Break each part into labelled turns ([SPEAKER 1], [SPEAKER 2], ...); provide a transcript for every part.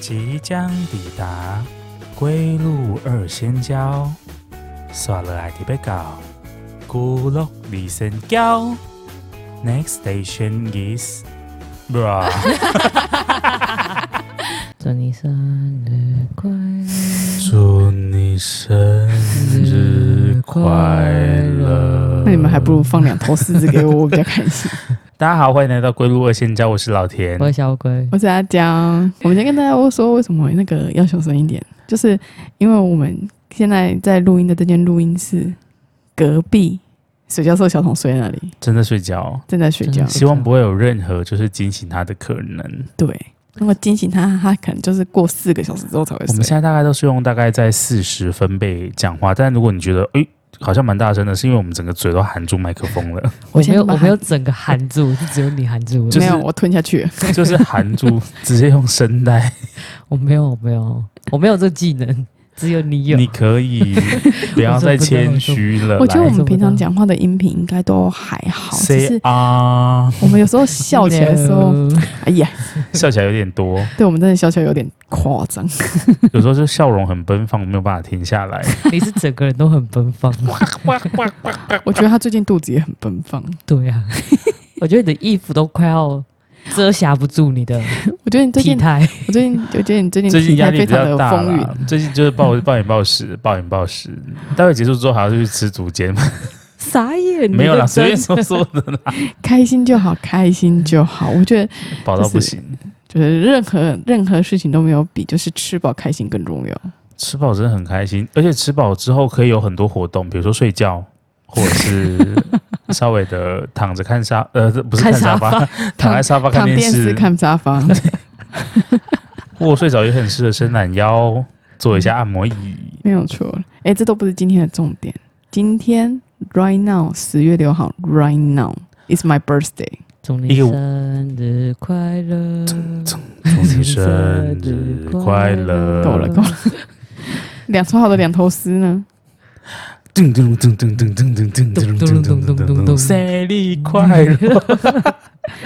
[SPEAKER 1] 即将抵达归路二仙交，刷了爱迪贝高，孤落二仙交。Next station is bra 。
[SPEAKER 2] 祝你生日快乐！
[SPEAKER 1] 祝你生日快乐！
[SPEAKER 3] 那你们还不如放两头狮子给我，我比较开 心。
[SPEAKER 1] 大家好，欢迎来到归路二仙交，我是老田
[SPEAKER 2] 我。是小龟，
[SPEAKER 3] 我是阿江，我们先跟大家说为什么那个要小声一点，就是因为我们现在在录音的这间录音室隔壁水教授小童睡那里
[SPEAKER 1] 正在睡觉，
[SPEAKER 3] 正在睡觉
[SPEAKER 2] 真，的
[SPEAKER 1] 希望不会有任何就是惊醒他的可能。
[SPEAKER 3] 对。如果惊醒他，他可能就是过四个小时之后才会
[SPEAKER 1] 我们现
[SPEAKER 3] 睡。
[SPEAKER 1] 在大概都是用大概在四十分贝讲话，但如果你觉得诶、好像蛮大声的，是因为我们整个嘴都含住麦克风 了，
[SPEAKER 2] 我没有，
[SPEAKER 3] 先把
[SPEAKER 2] 我没有整个含住， 是只有你含住而已。
[SPEAKER 1] 就是
[SPEAKER 3] 没有，我吞下去了。
[SPEAKER 1] 就是含住，直接用声带。
[SPEAKER 2] 我没有，我没有，我没有这技能，只有你有。
[SPEAKER 1] 你可以不要再谦虚
[SPEAKER 2] 呃
[SPEAKER 1] 了，
[SPEAKER 3] 我觉得我
[SPEAKER 1] 来
[SPEAKER 3] 们平常讲话的音频应该都还好，只
[SPEAKER 1] say
[SPEAKER 3] 是
[SPEAKER 1] 啊，
[SPEAKER 3] 我们有 时候笑起来的时候，哎呀，
[SPEAKER 1] 笑起来有点多，
[SPEAKER 3] 对我们真的笑起来有点夸 张。
[SPEAKER 1] 有时候就笑容很奔放，没有办法停下 来。
[SPEAKER 2] 你是整个人都很奔放。
[SPEAKER 3] 我觉得他最近肚子也很奔放，
[SPEAKER 2] 对啊，我觉得你的衣服都快要遮瑕不住你的
[SPEAKER 3] 我觉得你最
[SPEAKER 2] 体
[SPEAKER 3] 近
[SPEAKER 2] 态。
[SPEAKER 3] 我最近，我觉得你最近
[SPEAKER 1] 最近
[SPEAKER 3] 体
[SPEAKER 1] 压
[SPEAKER 3] 态
[SPEAKER 1] 力
[SPEAKER 3] 非
[SPEAKER 1] 比
[SPEAKER 3] 常的
[SPEAKER 1] 较大
[SPEAKER 3] 风云
[SPEAKER 1] 啦，最近就是暴暴饮暴食，暴饮暴食。待会结束之后还要去吃竹间，
[SPEAKER 2] 傻 眼！
[SPEAKER 1] 没有啦，
[SPEAKER 2] 了，
[SPEAKER 1] 随便说说 的，
[SPEAKER 3] 开心就好，开心就好。我觉得，
[SPEAKER 1] 饱到不
[SPEAKER 3] 就是
[SPEAKER 1] 行。
[SPEAKER 3] 就是任何任何事情都没有比就是吃饱开心更重
[SPEAKER 1] 哦
[SPEAKER 3] 要。
[SPEAKER 1] 吃饱真的很开心，而且吃饱之后可以有很多活动，比如说睡觉，或者 是稍微的躺着看沙，呃，不是看
[SPEAKER 2] 看
[SPEAKER 1] 沙发，躺在沙发看
[SPEAKER 3] 躺
[SPEAKER 1] 电
[SPEAKER 3] 电视、
[SPEAKER 1] 视。
[SPEAKER 3] 看 沙发，
[SPEAKER 1] 或睡着也很适合伸懒腰，做一下按摩椅。
[SPEAKER 3] 没有错。哎、这都不是今天的重点。今天 right now 十月六号 right now is my birthday。
[SPEAKER 2] 祝你
[SPEAKER 1] 一个
[SPEAKER 2] 生日快乐！
[SPEAKER 1] 祝你生日快乐！
[SPEAKER 3] 够了够了，两头好的两头丝呢？
[SPEAKER 1] 噔噔噔噔噔噔噔噔噔噔噔噔噔，生日快乐！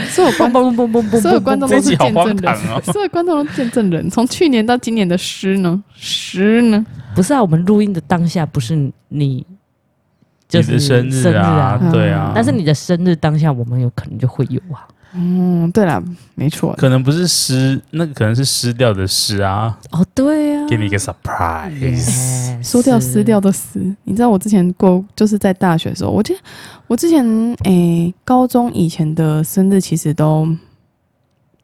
[SPEAKER 3] 所有 观
[SPEAKER 2] 嘣嘣嘣嘣嘣！
[SPEAKER 3] 所有观众
[SPEAKER 1] 这
[SPEAKER 3] 都
[SPEAKER 1] 一集
[SPEAKER 3] 是
[SPEAKER 1] 好
[SPEAKER 3] 见
[SPEAKER 1] 荒
[SPEAKER 3] 证
[SPEAKER 1] 唐
[SPEAKER 3] 人，
[SPEAKER 1] 哦！
[SPEAKER 3] 所有观众都是见证人。从去年到今年的诗呢？诗呢？
[SPEAKER 2] 不是啊，我们录音的当下不是你，就是
[SPEAKER 1] 你的生日啊，对啊，
[SPEAKER 2] 但是你的生日当下，我们有可能就会有啊。
[SPEAKER 3] 嗯，对啦，没错。
[SPEAKER 1] 可能不是湿，那可能是湿掉的湿啊，哎
[SPEAKER 2] 哦，对啊，
[SPEAKER 1] 给你一个 surprise。
[SPEAKER 2] Yes
[SPEAKER 3] 说掉撕掉的撕，你知道我之前过就是在大学的时候，我记得我之前诶、高中以前的生日其实都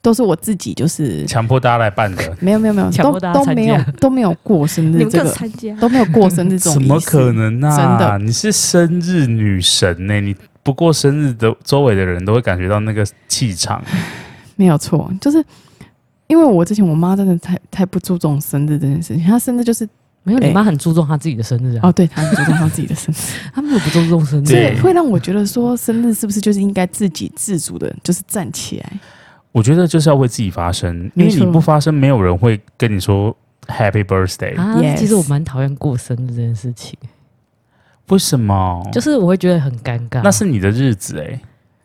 [SPEAKER 3] 都是我自己就是
[SPEAKER 1] 强迫大家来办的，
[SPEAKER 3] 没有没有没有
[SPEAKER 2] 强
[SPEAKER 3] 都
[SPEAKER 2] 迫大家
[SPEAKER 3] 都没有
[SPEAKER 2] 参加
[SPEAKER 3] 都没有过生
[SPEAKER 2] 你
[SPEAKER 3] 日
[SPEAKER 2] 们
[SPEAKER 3] 这
[SPEAKER 2] 各
[SPEAKER 3] 个
[SPEAKER 2] 参加，
[SPEAKER 3] 都没有过生日这种
[SPEAKER 1] 怎么
[SPEAKER 3] 仪式
[SPEAKER 1] 可？能啊？
[SPEAKER 3] 真的
[SPEAKER 1] 你是生日女神呢、你不过生日的周围的人都会感觉到那个气场，
[SPEAKER 3] 没有错，就是因为我之前我妈真的太太不注重生日这件事情，她生日就是
[SPEAKER 2] 没有，
[SPEAKER 3] 哎
[SPEAKER 2] 你妈很注重她自己的生日啊
[SPEAKER 3] 哦，，对她很注重她自己的生日，
[SPEAKER 2] 她没有不注重生日，啊
[SPEAKER 3] 所
[SPEAKER 1] 对
[SPEAKER 3] 以会让我觉得说生日是不是就是应该自己自主的，就是站起来。
[SPEAKER 1] 我觉得就是要为自己发声，因
[SPEAKER 3] 没
[SPEAKER 1] 为
[SPEAKER 3] 错
[SPEAKER 1] 你不发声，没有人会跟你说 Happy Birthday。
[SPEAKER 2] 啊
[SPEAKER 3] Yes
[SPEAKER 2] 其实我蛮讨厌过生日这件事情，
[SPEAKER 1] 为什么？
[SPEAKER 2] 就是我会觉得很尴
[SPEAKER 3] 啊
[SPEAKER 2] 尬。
[SPEAKER 1] 那是你的日子哎、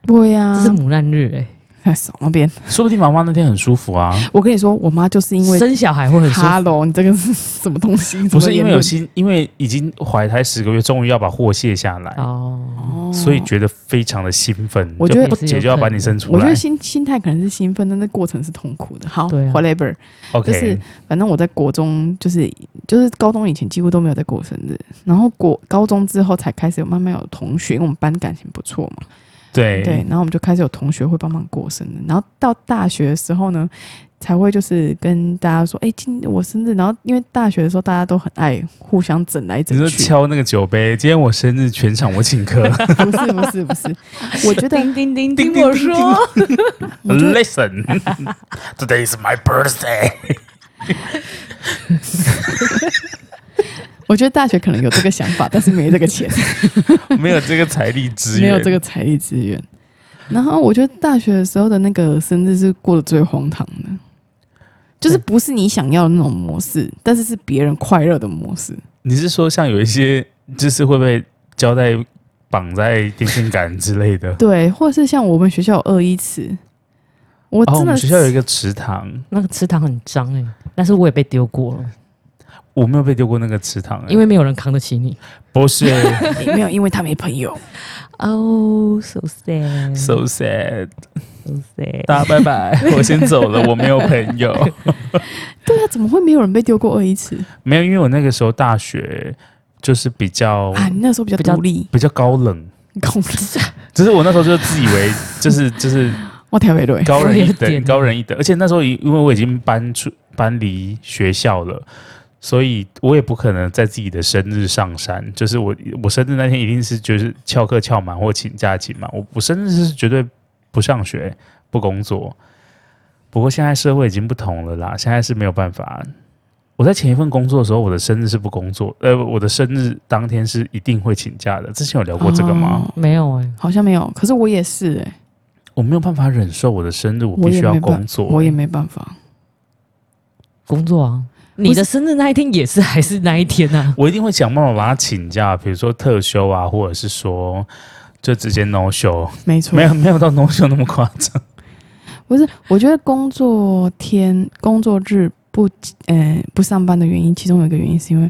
[SPEAKER 3] 对呀、
[SPEAKER 2] 这是母难日哎，
[SPEAKER 3] 哎，少那边。
[SPEAKER 1] 说不定妈妈那天很舒服啊，
[SPEAKER 3] 我跟你说，我妈就是因为
[SPEAKER 2] 生小孩会很舒服。
[SPEAKER 3] Hello，你这个是什么东西？
[SPEAKER 1] 不是因为有
[SPEAKER 3] 些
[SPEAKER 1] 新，因为已经怀胎十个月，终于要把货卸下来，
[SPEAKER 2] 哦，
[SPEAKER 1] 所以觉得非常的兴奋。
[SPEAKER 3] 我
[SPEAKER 1] 就
[SPEAKER 3] 觉得
[SPEAKER 1] 不
[SPEAKER 2] 也是
[SPEAKER 1] 姐
[SPEAKER 2] 有
[SPEAKER 1] 就要
[SPEAKER 2] 可
[SPEAKER 1] 把
[SPEAKER 2] 能
[SPEAKER 1] 你生出
[SPEAKER 3] 我觉
[SPEAKER 1] 来
[SPEAKER 3] 得。心心态可能是兴奋，但那过程是痛苦的。好、
[SPEAKER 2] 对啊
[SPEAKER 3] w h a t e v e r
[SPEAKER 1] ，OK，、
[SPEAKER 3] 就是反正我在国中就是就是高中以前几乎都没有在过生日，然后国高中之后才开始有慢慢有同学，因为我们班感情不错嘛，
[SPEAKER 1] 对
[SPEAKER 3] 对，然后我们就开始有同学会帮忙过生日，然后到大学的时候呢，才会就是跟大家说，哎、今我生日，然后因为大学的时候大家都很爱互相整来整
[SPEAKER 1] 你说
[SPEAKER 3] 去，
[SPEAKER 1] 敲那个酒杯，今天我生日，全场我请 客。
[SPEAKER 3] 不是不是不是，我 觉得
[SPEAKER 2] 叮叮叮，
[SPEAKER 1] 叮
[SPEAKER 2] 听
[SPEAKER 1] 叮
[SPEAKER 2] 我
[SPEAKER 1] 叮
[SPEAKER 2] 说，
[SPEAKER 3] 我觉 得
[SPEAKER 1] Listen，today is my birthday。
[SPEAKER 3] 我觉得大学可能有这个想法，但是没这个 钱，
[SPEAKER 1] 没有这个财力支
[SPEAKER 3] 没
[SPEAKER 1] 援，
[SPEAKER 3] 有这个财力资源。然后我觉得大学的时候的那个生日是过得最荒唐的，就是不是你想要的那种模式，但是是别人快乐的模式。
[SPEAKER 1] 你是说像有一些就是会被胶带绑在电线杆之类的？
[SPEAKER 3] 对，或者是像我们学校有二一池，我
[SPEAKER 1] 哦，我
[SPEAKER 3] 真的
[SPEAKER 1] 们学
[SPEAKER 3] 是、
[SPEAKER 1] 校有一个池塘，
[SPEAKER 2] 那个池塘很脏哎，但是我也被丢过了，
[SPEAKER 1] 我没有被丢过那个池塘、欸，
[SPEAKER 2] 因为没有人扛得起你。
[SPEAKER 1] 不 是
[SPEAKER 3] 没有，因为他没朋友。
[SPEAKER 2] Oh, so sad,
[SPEAKER 1] so sad。
[SPEAKER 2] so sad。
[SPEAKER 1] 大家拜拜， 我先走了，我没有朋友。
[SPEAKER 3] 对啊，怎么会没有人被丢过二一次
[SPEAKER 1] 没有，因为我那个时候大学就是比较
[SPEAKER 3] 啊？你那时候比较
[SPEAKER 2] 比较
[SPEAKER 3] 独立，
[SPEAKER 1] 比较高冷，
[SPEAKER 3] 高冷。
[SPEAKER 1] 只是我那时候就自以为就是就是
[SPEAKER 3] 我台北 队，
[SPEAKER 1] 高人一
[SPEAKER 2] 有点
[SPEAKER 1] 等，高人一等。而且那时候已因为我已经搬出搬离学校了。所以我也不可能在自己的生日上山，就是我我生日那天一定是就是翘课翘满或请假请满，我我生日是绝对不上学不工作。不过现在社会已经不同了啦，现在是没有办法。我在前一份工作的时候，我的生日是不工作，呃，我的生日当天是一定会请假的。之前有聊过这个吗？
[SPEAKER 3] 哦
[SPEAKER 2] 没有哎、
[SPEAKER 3] 好像没有，可是我也是哎、
[SPEAKER 1] 我没有办法忍受我的生日，我
[SPEAKER 3] 我
[SPEAKER 1] 必
[SPEAKER 3] 也
[SPEAKER 1] 须要
[SPEAKER 3] 没办
[SPEAKER 1] 工作、
[SPEAKER 3] 我也没办法。
[SPEAKER 2] 工作啊，你的生日那一天也是还是那一天啊？
[SPEAKER 1] 我一定会想办法把他请假，比如说特休啊，或者是说就直接 no show，
[SPEAKER 3] 没错，
[SPEAKER 1] 没有没有到 no show 那么夸 张。
[SPEAKER 3] 不是，我觉得工作天、工作日不，呃，不上班的原因，其中有一个原因是因为，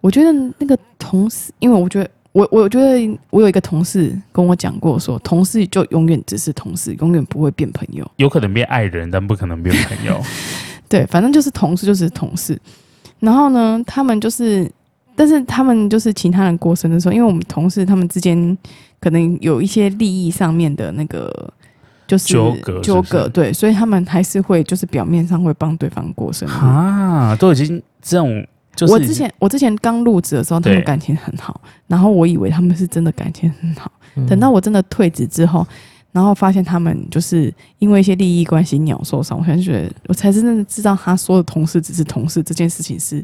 [SPEAKER 3] 我觉得那个同事，因为我觉得我，我觉得我有一个同事跟我讲过说同事就永远只是同事，永远不会变朋友。
[SPEAKER 1] 有可能变爱人，但不可能变朋 友。
[SPEAKER 3] 对，反正就是同事就是同事。然后呢，他们就是，但是他们就是其他人过生日的时候，因为我们同事他们之间可能有一些利益上面的那个。就是
[SPEAKER 1] 纠葛是不是
[SPEAKER 3] 纠葛，对，所以他们还是会就是表面上会帮对方过生日。
[SPEAKER 1] 啊，都已经这种，就是
[SPEAKER 3] 我
[SPEAKER 1] 已
[SPEAKER 3] 之
[SPEAKER 1] 经
[SPEAKER 3] 前我之前刚入职的时候，他们
[SPEAKER 1] 对
[SPEAKER 3] 感情很好，然后我以为他们是真的感情很好。等到
[SPEAKER 2] 我
[SPEAKER 3] 我真的退职之后，然后发现他们就是因为一些利益关系鸟兽散，我才觉得我才真正的知道他说的同事只是同事这件事情是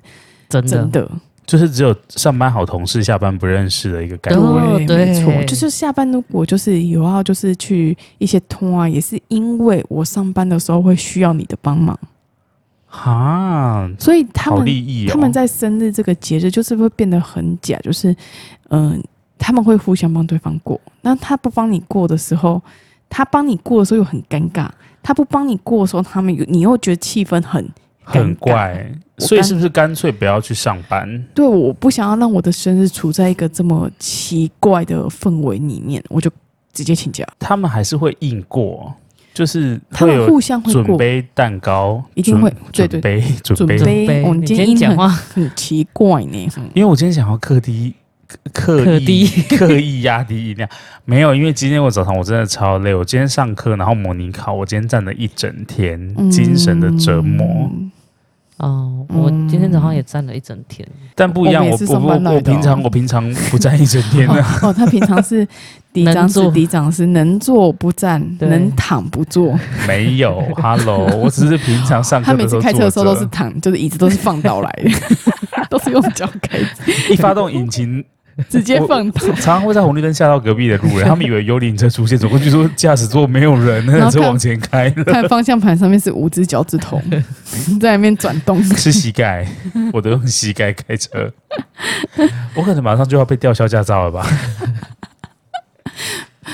[SPEAKER 2] 真的
[SPEAKER 3] 真的。
[SPEAKER 1] 就是只有上班好同事，下班不认识的一个感觉。
[SPEAKER 2] 哦对
[SPEAKER 3] 没错，就是下班如果就是有要就是去一些通啊，也是因为我上班的时候会需要你的帮忙，
[SPEAKER 1] 啊，
[SPEAKER 3] 所以他
[SPEAKER 1] 好
[SPEAKER 3] 们
[SPEAKER 1] 利益哦！
[SPEAKER 3] 他们在生日这个节日就是会变得很假，就是嗯、呃他们会互相帮对方过。那他不帮你过的时候，他帮你过的时候又很尴尬；他不帮你过的时候，他们又你又觉得气氛很
[SPEAKER 1] 很
[SPEAKER 3] 尴尬
[SPEAKER 1] 怪，
[SPEAKER 3] 我
[SPEAKER 1] 所以
[SPEAKER 3] 干
[SPEAKER 1] 是不是干脆不要去上班？
[SPEAKER 3] 对，我不想要让我的生日处在一个这么奇怪的氛围里面，我就直接请假。
[SPEAKER 1] 他们还是会硬过，就是
[SPEAKER 3] 他
[SPEAKER 1] 会
[SPEAKER 3] 们
[SPEAKER 1] 有
[SPEAKER 3] 互相会
[SPEAKER 1] 准
[SPEAKER 3] 过，
[SPEAKER 1] 备蛋糕，
[SPEAKER 3] 一定会对
[SPEAKER 1] 准
[SPEAKER 3] 对
[SPEAKER 1] 准备准
[SPEAKER 3] 准
[SPEAKER 1] 备
[SPEAKER 3] 备我们
[SPEAKER 2] 你今
[SPEAKER 3] 今天
[SPEAKER 2] 天讲话
[SPEAKER 3] 很奇怪呢。
[SPEAKER 1] 因为我今天想要刻低刻
[SPEAKER 2] 刻
[SPEAKER 1] 意
[SPEAKER 2] 低
[SPEAKER 1] 刻意压低音量，没有，因为今天我早上我真的超累，我今天上课，然后模拟考，我今天站了一整天，
[SPEAKER 3] 嗯
[SPEAKER 1] 精神的折磨。
[SPEAKER 2] 哦，我今天早上也站了一整天，
[SPEAKER 1] 但不一样，
[SPEAKER 3] 我们
[SPEAKER 1] 我
[SPEAKER 3] 也
[SPEAKER 1] 我
[SPEAKER 3] 是上班来的
[SPEAKER 1] 我
[SPEAKER 3] 哦
[SPEAKER 1] 我平常我平常不站一整天 的、
[SPEAKER 3] 哦哦，他平常是 嫡
[SPEAKER 2] 能
[SPEAKER 3] 长子
[SPEAKER 2] 坐，
[SPEAKER 3] 嫡长是能坐不站，
[SPEAKER 2] 对
[SPEAKER 3] 能躺不坐。
[SPEAKER 1] 没有，Hello，我只是平常上
[SPEAKER 3] 他
[SPEAKER 1] 课
[SPEAKER 3] 每
[SPEAKER 1] 的时
[SPEAKER 3] 次
[SPEAKER 1] 候
[SPEAKER 3] 开车的时
[SPEAKER 1] 坐
[SPEAKER 3] 候都
[SPEAKER 1] 着
[SPEAKER 3] 是躺，就是椅子都是放倒来的， 都是用脚开，
[SPEAKER 1] 一发动引擎，
[SPEAKER 3] 直接放倒。
[SPEAKER 1] 常常会在红绿灯吓到隔壁的路人，他们以为幽灵车出现，走过去说驾驶座没有人，那
[SPEAKER 3] 然
[SPEAKER 1] 辆
[SPEAKER 3] 后
[SPEAKER 1] 车
[SPEAKER 3] 看
[SPEAKER 1] 往前开了，
[SPEAKER 3] 看方向盘上面是五只脚趾头 在那边转动，
[SPEAKER 1] 是膝盖，我都用膝盖开车， 我可能马上就要被吊销驾照了吧。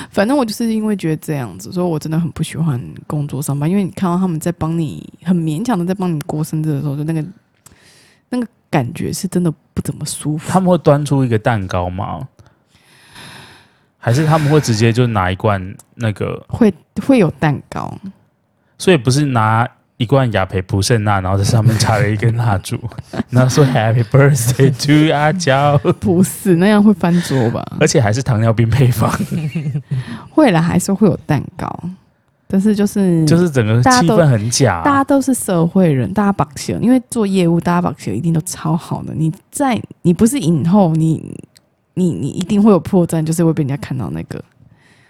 [SPEAKER 3] 反正我就是因为觉得这样子，所以我真的很不喜欢工作上班，因为你看到他们在帮你很勉强的在帮你过生日的时候，就那个那个感觉是真的不怎么舒服。
[SPEAKER 1] 他们会端出一个蛋糕吗？还是他们会直接就拿一罐那个？
[SPEAKER 3] 会会有蛋糕，
[SPEAKER 1] 所以不是拿一罐雅培普胜钠，然后在上面插了一根蜡烛， 然后说 Happy Birthday to 阿娇，
[SPEAKER 3] 不是那样会翻桌吧？
[SPEAKER 1] 而且还是糖尿病配方，
[SPEAKER 3] 嗯会啦，还是会有蛋糕，但是就是
[SPEAKER 1] 就是整个气氛很假。
[SPEAKER 3] 大家都是社会人，大家绑鞋，因为做业务，大家绑鞋一定都超好的。你在你不是影后，你你你一定会有破绽，就是会被人家看到那个，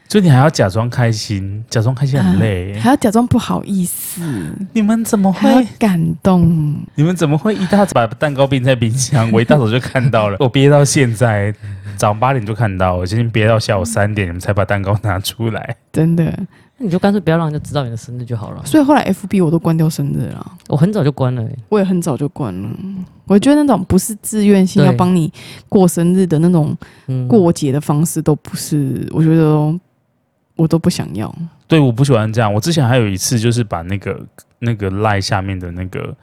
[SPEAKER 1] 所以你还要假装开心，假装开心
[SPEAKER 3] 啊
[SPEAKER 1] 很累。
[SPEAKER 3] 还要假装不好意思，
[SPEAKER 1] 你们怎么
[SPEAKER 3] 还要
[SPEAKER 1] 会？
[SPEAKER 3] 感动。
[SPEAKER 1] 你们怎么会一大早把蛋糕冰在冰箱？我一大早就看 到了，我憋到现在，早上八点就看到，我今天憋到下午三点，你们才把蛋糕拿出来。
[SPEAKER 3] 真的，
[SPEAKER 2] 那你就干脆不要让人家知道你的生日就好了。
[SPEAKER 3] 所以后来 F B 我都关掉生日了，
[SPEAKER 2] 我很早就关了、欸，
[SPEAKER 3] 我也很早就关了。我觉得那种不是自愿性
[SPEAKER 2] 对
[SPEAKER 3] 要帮你过生日的那种
[SPEAKER 2] 嗯，
[SPEAKER 3] 过节的方式，都不是，我觉得都我都不想要。
[SPEAKER 1] 对，我不喜欢这样。我之前还有一次就是把那个那个赖下面的那个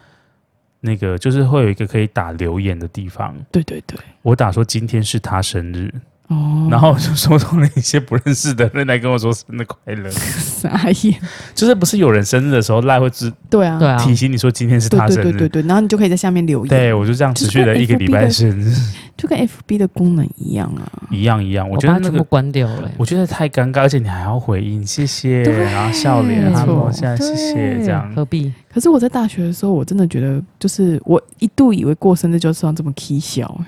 [SPEAKER 1] 那个就是会有一个可以打留言的地方，
[SPEAKER 3] 对对对，
[SPEAKER 1] 我打说今天是他生日，
[SPEAKER 3] 哦，
[SPEAKER 1] 然后就收到了一些不认识的人来跟我说生日快 乐，
[SPEAKER 3] 傻眼，
[SPEAKER 1] 就是不是有人生日的时候赖会自
[SPEAKER 3] 对啊，
[SPEAKER 2] 对啊，
[SPEAKER 1] 提醒你说今天是
[SPEAKER 3] 对
[SPEAKER 1] 他
[SPEAKER 3] 对
[SPEAKER 1] 生
[SPEAKER 3] 对对
[SPEAKER 1] 日，
[SPEAKER 3] 对，然后你就可以在下面留言，
[SPEAKER 1] 对我就这样持续了一个礼拜生日，
[SPEAKER 3] 就跟 FB 的功能一样啊，
[SPEAKER 1] 一样一样，我
[SPEAKER 2] 我
[SPEAKER 1] 觉得
[SPEAKER 2] 把
[SPEAKER 1] 那
[SPEAKER 2] 全部
[SPEAKER 1] 个。
[SPEAKER 2] 关掉了欸。
[SPEAKER 1] 我觉得太尴尬，而且你还要回应，谢谢，
[SPEAKER 2] 对
[SPEAKER 1] 然后笑脸，
[SPEAKER 2] 没
[SPEAKER 1] 哈
[SPEAKER 2] 错
[SPEAKER 1] 喽，现在谢谢，
[SPEAKER 2] 对
[SPEAKER 1] 这样
[SPEAKER 2] 何必？
[SPEAKER 3] 可是我在大学的时候，我真的觉得，就是我一度以为过生日就是要这么 k 笑、欸，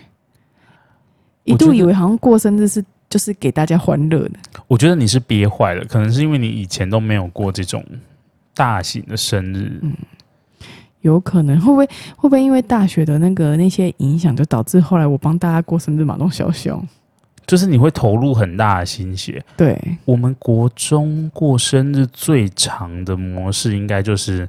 [SPEAKER 3] 一
[SPEAKER 1] 我觉
[SPEAKER 3] 度
[SPEAKER 1] 得
[SPEAKER 3] 以为好像过生日是就是给大家欢乐的，
[SPEAKER 1] 我觉得你是憋坏了，可能是因为你以前都没有过这种大型的生日，
[SPEAKER 3] 嗯有可能会不会会不会因为大学的那个那些影响，就导致后来我帮大家过生日马东小熊？
[SPEAKER 1] 就是你会投入很大的心血。
[SPEAKER 3] 对，
[SPEAKER 1] 我们国中过生日最长的模式，应该就是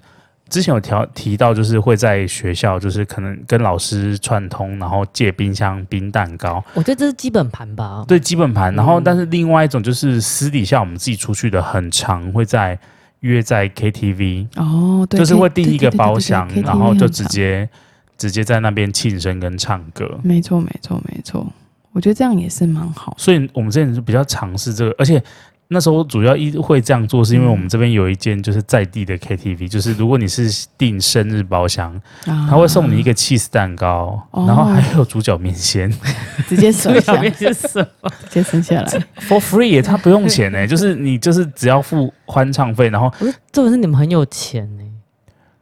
[SPEAKER 1] 之前有调提到，就是会在学校，就是可能跟老师串通，然后借冰箱冰蛋糕，
[SPEAKER 2] 我觉得这是基本盘吧。
[SPEAKER 1] 对基本盘。然后，
[SPEAKER 2] 嗯
[SPEAKER 1] 但是另外一种就是私底下我们自己出去的，很长会在约在 KTV，
[SPEAKER 3] 哦，对，
[SPEAKER 1] 就是会
[SPEAKER 3] 可以
[SPEAKER 1] 订一个包厢，
[SPEAKER 3] 对对对对对
[SPEAKER 1] 然后
[SPEAKER 3] KTV
[SPEAKER 1] 就
[SPEAKER 3] 很
[SPEAKER 1] 直
[SPEAKER 3] 长
[SPEAKER 1] 接直接在那边庆生跟唱歌。
[SPEAKER 3] 没错，没错，没错。我觉得这样也是蛮好。
[SPEAKER 1] 所以我们之前就比较尝试这个，而且那时候主要一会这样做，是因为我们这边有一间就是在地的 KTV，就是如果你是订生日包厢，
[SPEAKER 3] 啊
[SPEAKER 1] 他会送你一个 cheese 蛋糕，
[SPEAKER 3] 哦
[SPEAKER 1] 然后还有猪脚面线
[SPEAKER 3] 直接省
[SPEAKER 1] 啊
[SPEAKER 3] 下，
[SPEAKER 2] 面是 什么？
[SPEAKER 3] 直接省下来。
[SPEAKER 1] for free，耶他不用钱呢、就是你就是只要付欢唱费，然后
[SPEAKER 2] 我说重点是你们很有钱欸呢。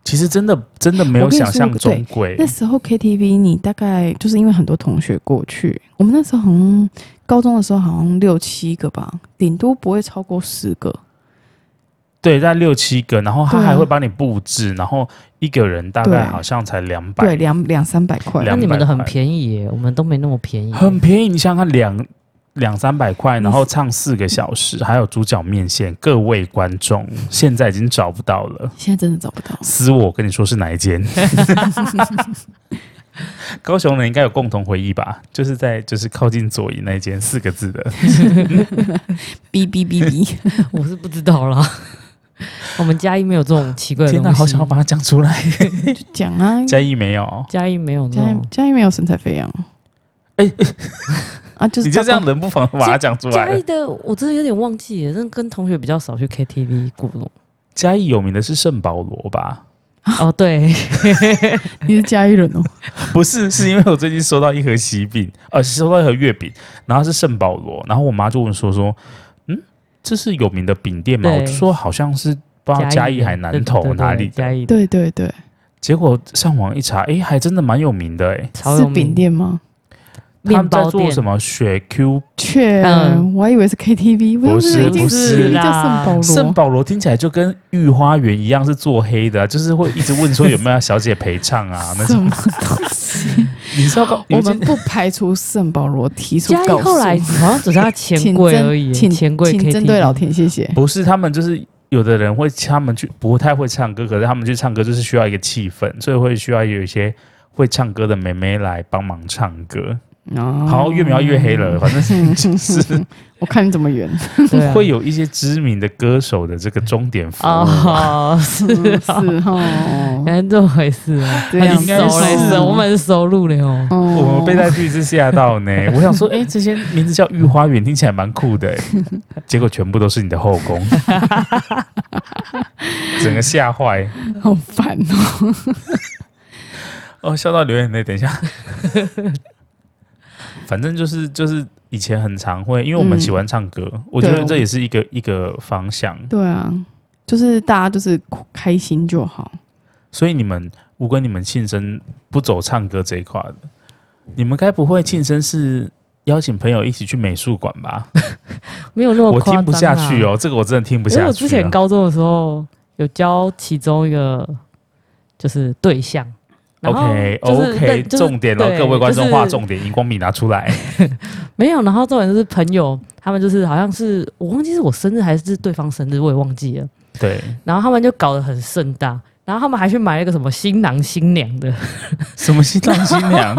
[SPEAKER 1] 其实真的真的没有
[SPEAKER 3] 我跟你说
[SPEAKER 1] 想象中贵
[SPEAKER 3] 那，时候 KTV 你大概就是因为很多同学过去，我们那时候好像高中的时候好像六七个吧，顶多不会超过十个。
[SPEAKER 1] 对，在六七个，然后他
[SPEAKER 3] 对啊
[SPEAKER 1] 还会帮你布置，然后一个人大概
[SPEAKER 3] 对
[SPEAKER 1] 好像才两
[SPEAKER 3] 对，
[SPEAKER 1] 百，
[SPEAKER 3] 两两三百块。
[SPEAKER 2] 那
[SPEAKER 1] 两
[SPEAKER 2] 你们的很
[SPEAKER 1] 块
[SPEAKER 2] 便宜欸耶，我们都没那么便宜。
[SPEAKER 1] 很便宜，你想想看两两三百块，
[SPEAKER 3] 你
[SPEAKER 1] 然后唱四个小时，还有猪脚面线，各位观众现在已经找不到了，
[SPEAKER 3] 现在真的找不到。
[SPEAKER 1] 私我跟你说是哪一间？高雄人应该有共同回忆吧，就是在就是靠近左营那一间四个字的，
[SPEAKER 3] 哔哔哔哔，
[SPEAKER 2] 我是不知道啦。 我们嘉义没有这种奇怪的
[SPEAKER 1] 天
[SPEAKER 2] 东
[SPEAKER 1] 哪，
[SPEAKER 2] 西。
[SPEAKER 1] 好想要把它讲出来。
[SPEAKER 3] 就讲啊，
[SPEAKER 1] 嘉义没有，
[SPEAKER 2] 嘉义没有那
[SPEAKER 3] 家
[SPEAKER 2] 种
[SPEAKER 3] 里。家里没有神采飞扬。
[SPEAKER 1] 哎
[SPEAKER 3] 啊，就是
[SPEAKER 1] 你就这样
[SPEAKER 3] 照
[SPEAKER 1] 冷不防把它讲 出
[SPEAKER 2] 嘉
[SPEAKER 1] 来
[SPEAKER 2] 义。的我真的有点忘记耶，真的跟同学比较少去 KTV 过了。
[SPEAKER 1] 嘉义有名的是圣保罗吧？
[SPEAKER 2] 哦，对，
[SPEAKER 3] 顾你是家里人哦。
[SPEAKER 1] 不是，是因为我最近收到一盒喜饼， 呃，收到一盒月饼，然后是圣保罗，然后我妈就问说说，嗯，这是有名的饼店吗？
[SPEAKER 2] 对
[SPEAKER 1] 我就说好像是不知道嘉义还南投哪里
[SPEAKER 2] 嘉
[SPEAKER 1] 的，
[SPEAKER 2] 义的
[SPEAKER 3] 对对对，
[SPEAKER 1] 结果上网一查，诶，还真的蛮有名的诶，
[SPEAKER 2] 超
[SPEAKER 3] 是
[SPEAKER 2] 有名
[SPEAKER 3] 饼店吗？
[SPEAKER 1] 他
[SPEAKER 2] 面
[SPEAKER 1] 们在
[SPEAKER 2] 包
[SPEAKER 1] 做
[SPEAKER 2] 店
[SPEAKER 1] 什么雪 Q
[SPEAKER 3] 确，
[SPEAKER 2] 嗯
[SPEAKER 3] 我还以为是 KTV，我
[SPEAKER 1] 不
[SPEAKER 3] 就是已经
[SPEAKER 1] 不是
[SPEAKER 3] 叫
[SPEAKER 2] 啦
[SPEAKER 3] 圣保
[SPEAKER 1] 圣
[SPEAKER 3] 罗。
[SPEAKER 1] 保罗听起来就跟御花园一样是做黑的啊、就是会一直问说有没有小姐陪唱啊那
[SPEAKER 3] 什
[SPEAKER 1] 种。
[SPEAKER 3] 么东西？
[SPEAKER 1] 你知道高，
[SPEAKER 3] 我
[SPEAKER 1] 你知
[SPEAKER 3] 们不排除圣保罗提出
[SPEAKER 2] 嘉义
[SPEAKER 3] 告
[SPEAKER 2] 后
[SPEAKER 3] 诉，
[SPEAKER 2] 来好像只剩下钱
[SPEAKER 3] 请
[SPEAKER 2] 柜
[SPEAKER 3] 针
[SPEAKER 2] 而已耶，
[SPEAKER 3] 请
[SPEAKER 2] 钱柜
[SPEAKER 3] 请
[SPEAKER 2] KTV。
[SPEAKER 3] 针对老天谢谢。
[SPEAKER 1] 不是他们就是有的人会他们去不太会唱歌，可是他们去唱歌就是需要一个气氛，所以会需要有一些会唱歌的妹妹来帮忙唱歌。
[SPEAKER 3] 哦
[SPEAKER 1] 好，越描越黑 了，反 正就是
[SPEAKER 3] 我看你怎么圆。
[SPEAKER 2] 对啊
[SPEAKER 1] 会有啊一些知名的歌手的这个终点服务。
[SPEAKER 2] 哦，是
[SPEAKER 3] 嗯
[SPEAKER 2] 啊
[SPEAKER 3] 是哦，
[SPEAKER 2] 原来这么回事啊，
[SPEAKER 3] 这样
[SPEAKER 1] 应该
[SPEAKER 2] 熟嘞，
[SPEAKER 1] 是
[SPEAKER 2] 熟我们熟路了哦。
[SPEAKER 3] 哦
[SPEAKER 1] 我们被那句是吓到 呢，我想说，哎、这些名字叫御花园，听起来蛮酷的， 结果全部都是你的后宫，整个吓坏，
[SPEAKER 3] 好烦哦。
[SPEAKER 1] 哦，笑到流眼泪。等一下， 反正就是就是以前很常会，因为我们
[SPEAKER 3] 嗯
[SPEAKER 1] 喜欢唱歌，我觉
[SPEAKER 3] 对
[SPEAKER 1] 得
[SPEAKER 3] 我
[SPEAKER 1] 这也是一个一个方向。
[SPEAKER 3] 对啊，就是大家就是开心就好。
[SPEAKER 1] 所以你们，我跟你们庆生不走唱歌这一块的，你们该不会庆生是邀请朋友一起去美术馆吧？
[SPEAKER 2] 没有那么
[SPEAKER 1] 我
[SPEAKER 2] 夸张
[SPEAKER 1] 听
[SPEAKER 2] 啊
[SPEAKER 1] 不下去。哦，这个我真的听不
[SPEAKER 2] 因为
[SPEAKER 1] 下
[SPEAKER 2] 我
[SPEAKER 1] 去啊
[SPEAKER 2] 之前
[SPEAKER 1] 了。
[SPEAKER 2] 高中的时候有教其中一个就是对象。然后
[SPEAKER 1] OK
[SPEAKER 2] 就是
[SPEAKER 1] OK，
[SPEAKER 2] 认就是
[SPEAKER 1] 重点哦，
[SPEAKER 2] 对
[SPEAKER 1] 各位观众
[SPEAKER 2] 就是
[SPEAKER 1] 画重点，荧光笔拿出来。
[SPEAKER 2] 没有，然后重点就是朋友，他们就是好像是我忘记是我生日还是对方生日，我也忘记了。
[SPEAKER 1] 对，
[SPEAKER 2] 然后他们就搞得很盛大，然后他们还去买了一个什么新郎新娘的，
[SPEAKER 1] 什么新郎新娘？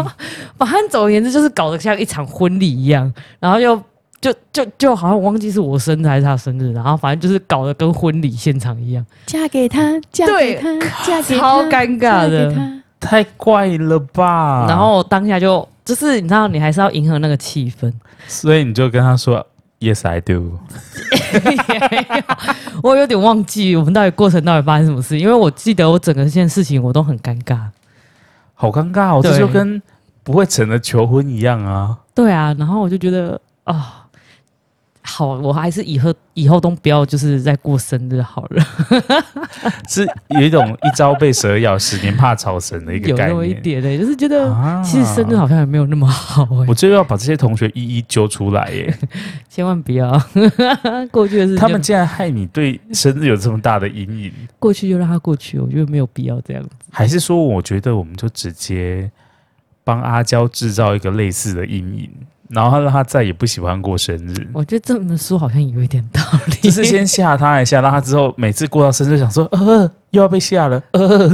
[SPEAKER 2] 反正总而言之就是搞得像一场婚礼一样，然后又就就就好像我忘记是我生日还是他生日，然后反正就是搞得跟婚礼现场一样，
[SPEAKER 3] 嫁给他，嫁
[SPEAKER 2] 给
[SPEAKER 3] 他，嫁
[SPEAKER 2] 给他超尴尬的嫁给他
[SPEAKER 1] 太怪了吧？
[SPEAKER 2] 然后当下就就是你知道，你还是要迎合那个气氛。
[SPEAKER 1] 所以你就跟他说 Yes I do，
[SPEAKER 2] 我有点忘记我们到底过程到底发生什么事，因为我记得我整个件事情我都很尴尬。
[SPEAKER 1] 好尴尬哦，
[SPEAKER 2] 对
[SPEAKER 1] 这就跟不会成的求婚一样啊。
[SPEAKER 2] 对啊，然后我就觉得啊、好，我还是以后以后都不要就是在过生日好了，
[SPEAKER 1] 是有一种一朝被蛇咬，十年怕草绳的一个
[SPEAKER 2] 有
[SPEAKER 1] 概
[SPEAKER 2] 那么一
[SPEAKER 1] 念。
[SPEAKER 2] 点的、欸就是觉得、
[SPEAKER 1] 啊
[SPEAKER 2] 其实生日好像也没有那么好哎、
[SPEAKER 1] 我就要把这些同学一一揪出来耶！
[SPEAKER 2] 千万不要 过去的事情就，
[SPEAKER 1] 他们竟然害你对生日有这么大的阴影，
[SPEAKER 2] 过去就让它过去，我觉得没有必要这样子。
[SPEAKER 1] 还是说我觉得我们就直接帮阿娇制造一个类似的阴影，然后让她再也不喜欢过生日？
[SPEAKER 2] 我觉得这么说好像有一点道理，
[SPEAKER 1] 就是先吓她一下，让她之后每次过到生日想说，呃，又要被吓了，呃，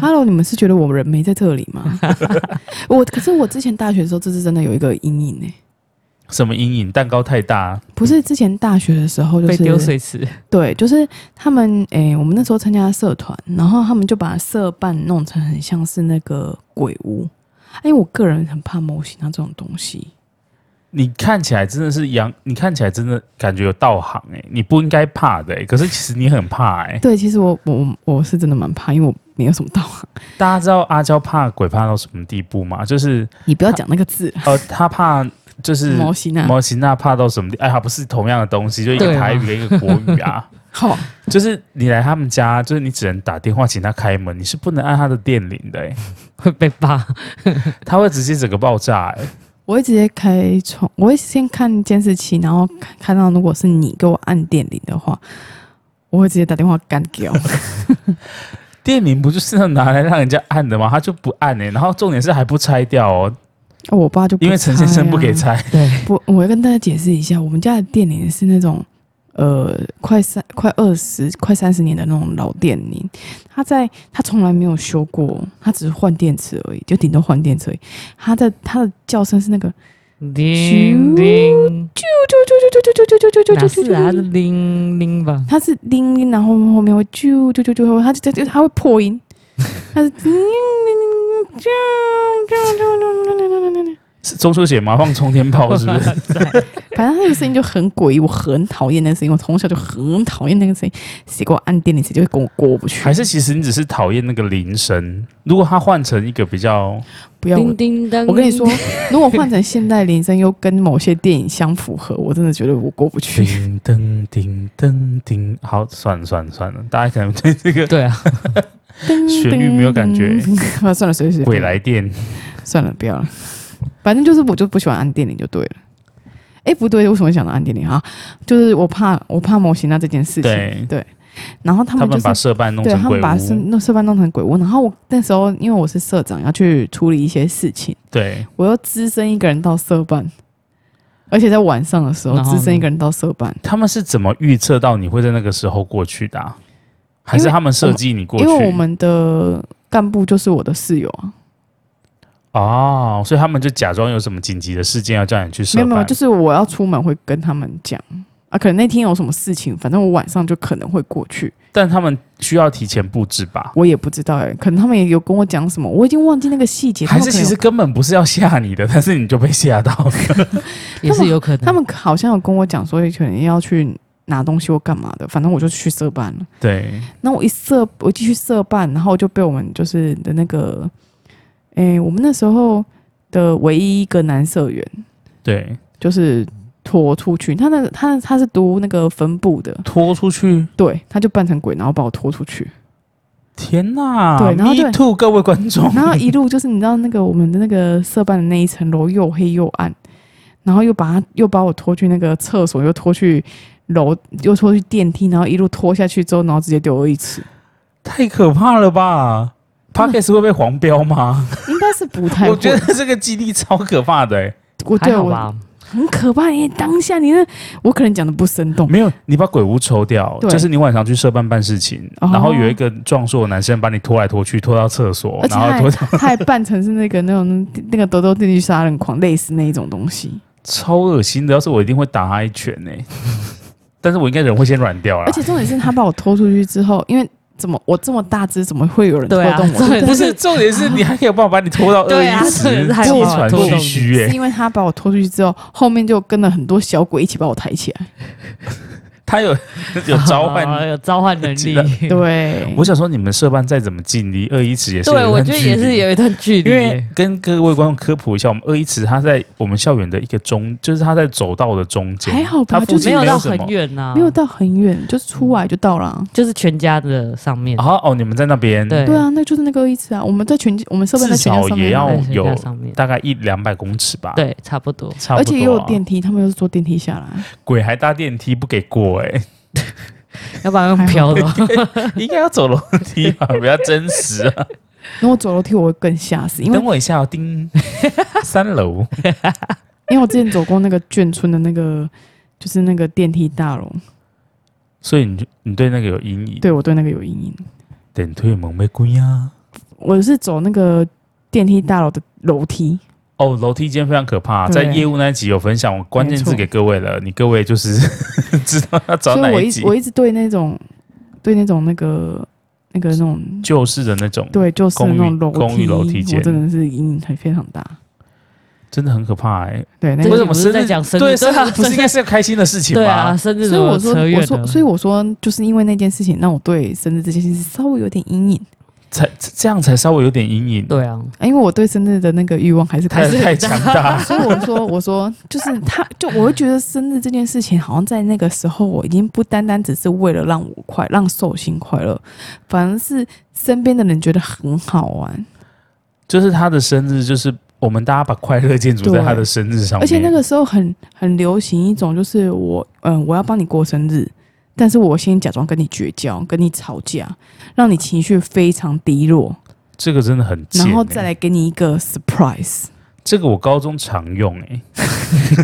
[SPEAKER 3] Hello，你们是觉得我人没在这里吗？ 我可是我之前大学的时候，这是真的有一个阴影呢、欸
[SPEAKER 1] 什么阴影？蛋糕太大，
[SPEAKER 3] 不是之前大学的时候，就 是
[SPEAKER 2] 被丢水池，
[SPEAKER 3] 对，就是他们诶、我们那时候参加社团，然后他们就把社办弄成很像是那个鬼屋。哎，因为我个人很怕模型啊这种东西，
[SPEAKER 1] 你看起来真的是阳，你看起来真的感觉有道行哎、你不应该怕的哎、可是其实你很怕哎、
[SPEAKER 3] 对，其实我我我是真的蛮怕，因为我没有什么道行。
[SPEAKER 1] 大家知道阿娇怕鬼怕到什么地步吗？就是
[SPEAKER 3] 你不要讲那个字啦，
[SPEAKER 1] 呃，她怕就是
[SPEAKER 3] 模型啊，
[SPEAKER 1] 嗯模型那怕到什么地？哎呀，不是同样的东西，就一个
[SPEAKER 2] 对啊
[SPEAKER 1] 台语跟一个国语啊。
[SPEAKER 3] 好，
[SPEAKER 1] 就是你来他们家，就是你只能打电话请他开门，你是不能按他的电铃的、欸，
[SPEAKER 2] 会被扒。
[SPEAKER 1] 他会直接整个爆炸、欸。
[SPEAKER 3] 我会直接开窗，我会先看监视器，然后看看到如果是你给我按电铃的话，我会直接打电话干 掉。
[SPEAKER 1] 电铃不就是拿来让人家按的吗？他就不按哎、然后重点是还不拆掉哦，
[SPEAKER 3] 我爸就 不
[SPEAKER 1] 因为陈先生不给
[SPEAKER 3] 拆啊。
[SPEAKER 1] 拆，
[SPEAKER 2] 对，
[SPEAKER 3] 不，我要跟大家解释一下，我们家的电铃是那种呃，快三、快二十、快三十年的那种老电铃，它在它从来没有修过，它只是换电池而已，就顶多换电池而已。它的它的叫声是那个
[SPEAKER 2] 叮叮，
[SPEAKER 3] 啾啾啾啾啾啾
[SPEAKER 2] 哪
[SPEAKER 3] 啾啾
[SPEAKER 2] 是
[SPEAKER 3] 啾
[SPEAKER 2] 啊？
[SPEAKER 3] 啾
[SPEAKER 2] 是
[SPEAKER 3] 啾，
[SPEAKER 2] 铃铃吧？
[SPEAKER 3] 它是叮叮，然后后面会啾啾啾啾，它就它它会破音，它是叮叮叮啾啾啾啾啾。
[SPEAKER 1] 是中秋节嘛，放冲天炮是不是？
[SPEAKER 3] 反正那个声音就很诡异，我很讨厌那个声音，我从小就很讨厌那个声音。谁给我按电铃，谁就会跟我过不去。
[SPEAKER 1] 还是其实你只是讨厌那个铃声？如果他换成一个比较，
[SPEAKER 3] 不要我
[SPEAKER 2] 叮，叮当，
[SPEAKER 3] 我跟你说， 如果换成现代铃声，又跟某些电影相符合，我真的觉得我过不去。
[SPEAKER 1] 叮噔叮噔叮，好，算了算了算了，大家可能对这个
[SPEAKER 2] 对啊，
[SPEAKER 1] 旋律没有感觉
[SPEAKER 3] 噔。 噔噔啊算了，随时
[SPEAKER 1] 鬼来电
[SPEAKER 3] 算了，不要了。反正就是我就不喜欢按电铃就对了。哎，不对，为什么想到按电铃啊？就是我怕我怕模型啊那这件事情。
[SPEAKER 1] 对
[SPEAKER 3] 然后他
[SPEAKER 1] 他
[SPEAKER 3] 们就
[SPEAKER 1] 们
[SPEAKER 3] 是
[SPEAKER 1] 把社办弄
[SPEAKER 3] 对
[SPEAKER 1] 成
[SPEAKER 3] 他
[SPEAKER 1] 鬼
[SPEAKER 3] 们把社
[SPEAKER 1] 屋，
[SPEAKER 3] 那社办弄成鬼屋，然后我那时候因为我是社长，要去处理一些事情，
[SPEAKER 1] 对，
[SPEAKER 3] 我又只身一个人到社办，而且在晚上的时候
[SPEAKER 2] 然后呢
[SPEAKER 3] 只身一个人到社办，
[SPEAKER 1] 他们是怎么预测到你会在那个时候过去的啊、还是他们设计你过去？
[SPEAKER 3] 因为我们的干部就是我的室友啊，
[SPEAKER 1] 哦，所以他们就假装有什么紧急的事件要叫你去社
[SPEAKER 3] 没有
[SPEAKER 1] 办，
[SPEAKER 3] 没有，就是我要出门会跟他们讲啊，可能那天有什么事情，反正我晚上就可能会过去，
[SPEAKER 1] 但他们需要提前布置吧？
[SPEAKER 3] 我也不知道哎、可能他们也有跟我讲什么，我已经忘记那个细节，他
[SPEAKER 1] 还
[SPEAKER 3] 们
[SPEAKER 1] 是
[SPEAKER 3] 可能
[SPEAKER 1] 其
[SPEAKER 3] 有
[SPEAKER 1] 实根本不是要吓你的， 但是你就被吓到 了。
[SPEAKER 2] 也是有可能。
[SPEAKER 3] 他们好像有跟我讲说可能要去拿东西或干嘛的，反正我就去社办了。
[SPEAKER 1] 对，
[SPEAKER 3] 那我一社，我继续社办，然后就被我们就是的那个，诶，我们那时候的唯一一个男社员，
[SPEAKER 1] 对，
[SPEAKER 3] 就是拖出去。他那个他他是读那个分部的，
[SPEAKER 1] 拖出去，
[SPEAKER 3] 对，他就扮成鬼，然后把我拖出去，
[SPEAKER 1] 天哪！
[SPEAKER 3] 对然后就
[SPEAKER 1] Me too，各位观众，
[SPEAKER 3] 然后一路就是你知道那个我们的那个社办的那一层楼又黑又暗，然后又把他又把我拖去那个厕所，又拖去楼，又拖去电梯，然后一路拖下去之后，然后直接丢了一尺，
[SPEAKER 1] 太可怕了吧 p o c k e t 会被黄标 吗？
[SPEAKER 3] 应该是不太会。
[SPEAKER 1] 我觉得这个基地超可怕的、欸，
[SPEAKER 3] 我
[SPEAKER 2] 还
[SPEAKER 3] 对
[SPEAKER 2] 好
[SPEAKER 3] 我
[SPEAKER 2] 吧？
[SPEAKER 3] 很可怕耶！当下你那，我可能讲的不生动，
[SPEAKER 1] 没有，你把鬼屋抽掉，
[SPEAKER 3] 对
[SPEAKER 1] 就是你晚上去社办办事情，
[SPEAKER 3] 哦
[SPEAKER 1] 然后有一个壮硕的男生把你拖来拖去，拖到厕所，
[SPEAKER 3] 而且
[SPEAKER 1] 哦然
[SPEAKER 3] 他
[SPEAKER 1] 后
[SPEAKER 3] 还
[SPEAKER 1] 拖到
[SPEAKER 3] 他还扮成是那个那种那个德州地区杀人狂，类似那一种东西。
[SPEAKER 1] 超恶心的。要是我一定会打他一欸 拳呢、但是我应该人会先软掉啦
[SPEAKER 3] 而。且重点是他把我拖出去之后，因为怎么我这么大只，怎么会有人拖
[SPEAKER 2] 对啊
[SPEAKER 3] 动我？
[SPEAKER 2] 重点
[SPEAKER 3] 不
[SPEAKER 1] 不
[SPEAKER 3] 是
[SPEAKER 1] 是重点是你还可以帮我把你拖到二
[SPEAKER 2] 对啊
[SPEAKER 1] 一
[SPEAKER 2] 是
[SPEAKER 1] 十，
[SPEAKER 2] 还
[SPEAKER 1] 气
[SPEAKER 2] 有
[SPEAKER 1] 喘
[SPEAKER 2] 拖
[SPEAKER 1] 吁
[SPEAKER 2] 动
[SPEAKER 1] 吁
[SPEAKER 3] 是
[SPEAKER 1] 哎，
[SPEAKER 3] 因为他把我拖出去之后，后面就跟了很多小鬼一起把我抬起来。
[SPEAKER 1] 他有 有召
[SPEAKER 2] 啊
[SPEAKER 1] 唤。
[SPEAKER 2] 有召 唤能
[SPEAKER 1] 记得。
[SPEAKER 2] 力
[SPEAKER 3] 对，
[SPEAKER 1] 我想说，你们社办再怎么尽力，二一池也是
[SPEAKER 2] 对，
[SPEAKER 1] 有一
[SPEAKER 2] 我
[SPEAKER 1] 段
[SPEAKER 2] 觉得
[SPEAKER 1] 距
[SPEAKER 2] 也
[SPEAKER 1] 离
[SPEAKER 2] 是有一段距离
[SPEAKER 1] 因为
[SPEAKER 2] 耶。
[SPEAKER 1] 跟各位观众科普一下，我们二一池它在我们校园的一个中，就是它在走道的中间，
[SPEAKER 3] 还好
[SPEAKER 1] 它
[SPEAKER 3] 吧
[SPEAKER 1] 附
[SPEAKER 3] 就
[SPEAKER 1] 近
[SPEAKER 2] 没有到啊
[SPEAKER 1] 什
[SPEAKER 2] 很
[SPEAKER 1] 么。
[SPEAKER 2] 远呐、
[SPEAKER 3] 没有到很远，就是出
[SPEAKER 1] 嗯
[SPEAKER 3] 来就到了啊。
[SPEAKER 2] 就是全家的上面。
[SPEAKER 1] 然后哦，你们在那边，
[SPEAKER 2] 对
[SPEAKER 3] 对啊，那就是那个一次啊，我们在全我们设备在
[SPEAKER 1] 至
[SPEAKER 3] 全家
[SPEAKER 1] 少
[SPEAKER 3] 上
[SPEAKER 1] 也
[SPEAKER 3] 面
[SPEAKER 1] 要
[SPEAKER 3] 啊，
[SPEAKER 2] 在全家
[SPEAKER 1] 有
[SPEAKER 2] 上面
[SPEAKER 1] 大概一两百公尺吧，，
[SPEAKER 2] 对，差不多。
[SPEAKER 1] 差不
[SPEAKER 3] 而
[SPEAKER 1] 多、
[SPEAKER 3] 且
[SPEAKER 1] 啊。
[SPEAKER 3] 也有电梯，他们又是坐电梯下来，
[SPEAKER 1] 鬼还搭电梯不给过哎、
[SPEAKER 2] 要不然用飘的话，
[SPEAKER 1] 应该要走楼梯吧，比较真实啊。
[SPEAKER 3] 然后我走楼梯我会更吓死，因为
[SPEAKER 1] 等我一下、哦，叮，三楼
[SPEAKER 3] 因为我之前走过那个眷村的那个。就是那个电梯大楼，
[SPEAKER 1] 所以你就你对那个有阴影？
[SPEAKER 3] 对我对那个有阴影。
[SPEAKER 1] 等退蒙被龟呀。
[SPEAKER 3] 我是走那个电梯大楼的楼梯，
[SPEAKER 1] 哦，楼梯间非常可怕，
[SPEAKER 3] 对
[SPEAKER 1] 在业务那一集有分享，我关键字给各位了，你各位就是 知道要找
[SPEAKER 3] 所
[SPEAKER 1] 哪
[SPEAKER 3] 以我
[SPEAKER 1] 一集
[SPEAKER 3] 一我一直对那种对那种那个那个那种
[SPEAKER 1] 旧式的那种，
[SPEAKER 3] 对就是
[SPEAKER 1] 公
[SPEAKER 3] 那
[SPEAKER 1] 寓
[SPEAKER 3] 种楼梯，
[SPEAKER 1] 公寓楼梯间
[SPEAKER 3] 我真的是阴影很非常大。
[SPEAKER 1] 真的很可怕哎、
[SPEAKER 3] 对，那
[SPEAKER 2] 这
[SPEAKER 1] 为
[SPEAKER 3] 个
[SPEAKER 1] 什
[SPEAKER 2] 集
[SPEAKER 1] 么
[SPEAKER 2] 不是
[SPEAKER 1] 生
[SPEAKER 2] 在
[SPEAKER 1] 日
[SPEAKER 2] 讲生日
[SPEAKER 1] 对，
[SPEAKER 2] 对
[SPEAKER 1] 生
[SPEAKER 2] 啊
[SPEAKER 1] 日不是
[SPEAKER 2] 生
[SPEAKER 1] 应该是开心的事情吗？
[SPEAKER 2] 对啊，生日
[SPEAKER 3] 所以我说
[SPEAKER 2] 扯远
[SPEAKER 3] 我
[SPEAKER 2] 了
[SPEAKER 3] 说所以我说就是因为那件事情让我对生日这件事情稍微有点阴影，
[SPEAKER 1] 才这样才稍微有点阴影，
[SPEAKER 2] 对啊，
[SPEAKER 3] 啊因为我对生日的那个欲望还是
[SPEAKER 1] 太
[SPEAKER 3] 开始。
[SPEAKER 1] 太强大了。
[SPEAKER 3] 所以我说，我说，就是他，就我会觉得生日这件事情，好像在那个时候，我已经不单单只是为了让我快，让寿星快乐，反而是身边的人觉得很好玩，
[SPEAKER 1] 就是他的生日，就是我们大家把快乐建筑在他的生日上面，
[SPEAKER 3] 而且那个时候很很流行一种，就是我嗯，我要帮你过生日，但是我先假装跟你绝交，跟你吵架，让你情绪非常低落，
[SPEAKER 1] 这个真的很贱、欸，
[SPEAKER 3] 然后再来给你一个 surprise。
[SPEAKER 1] 这个我高中常用哎、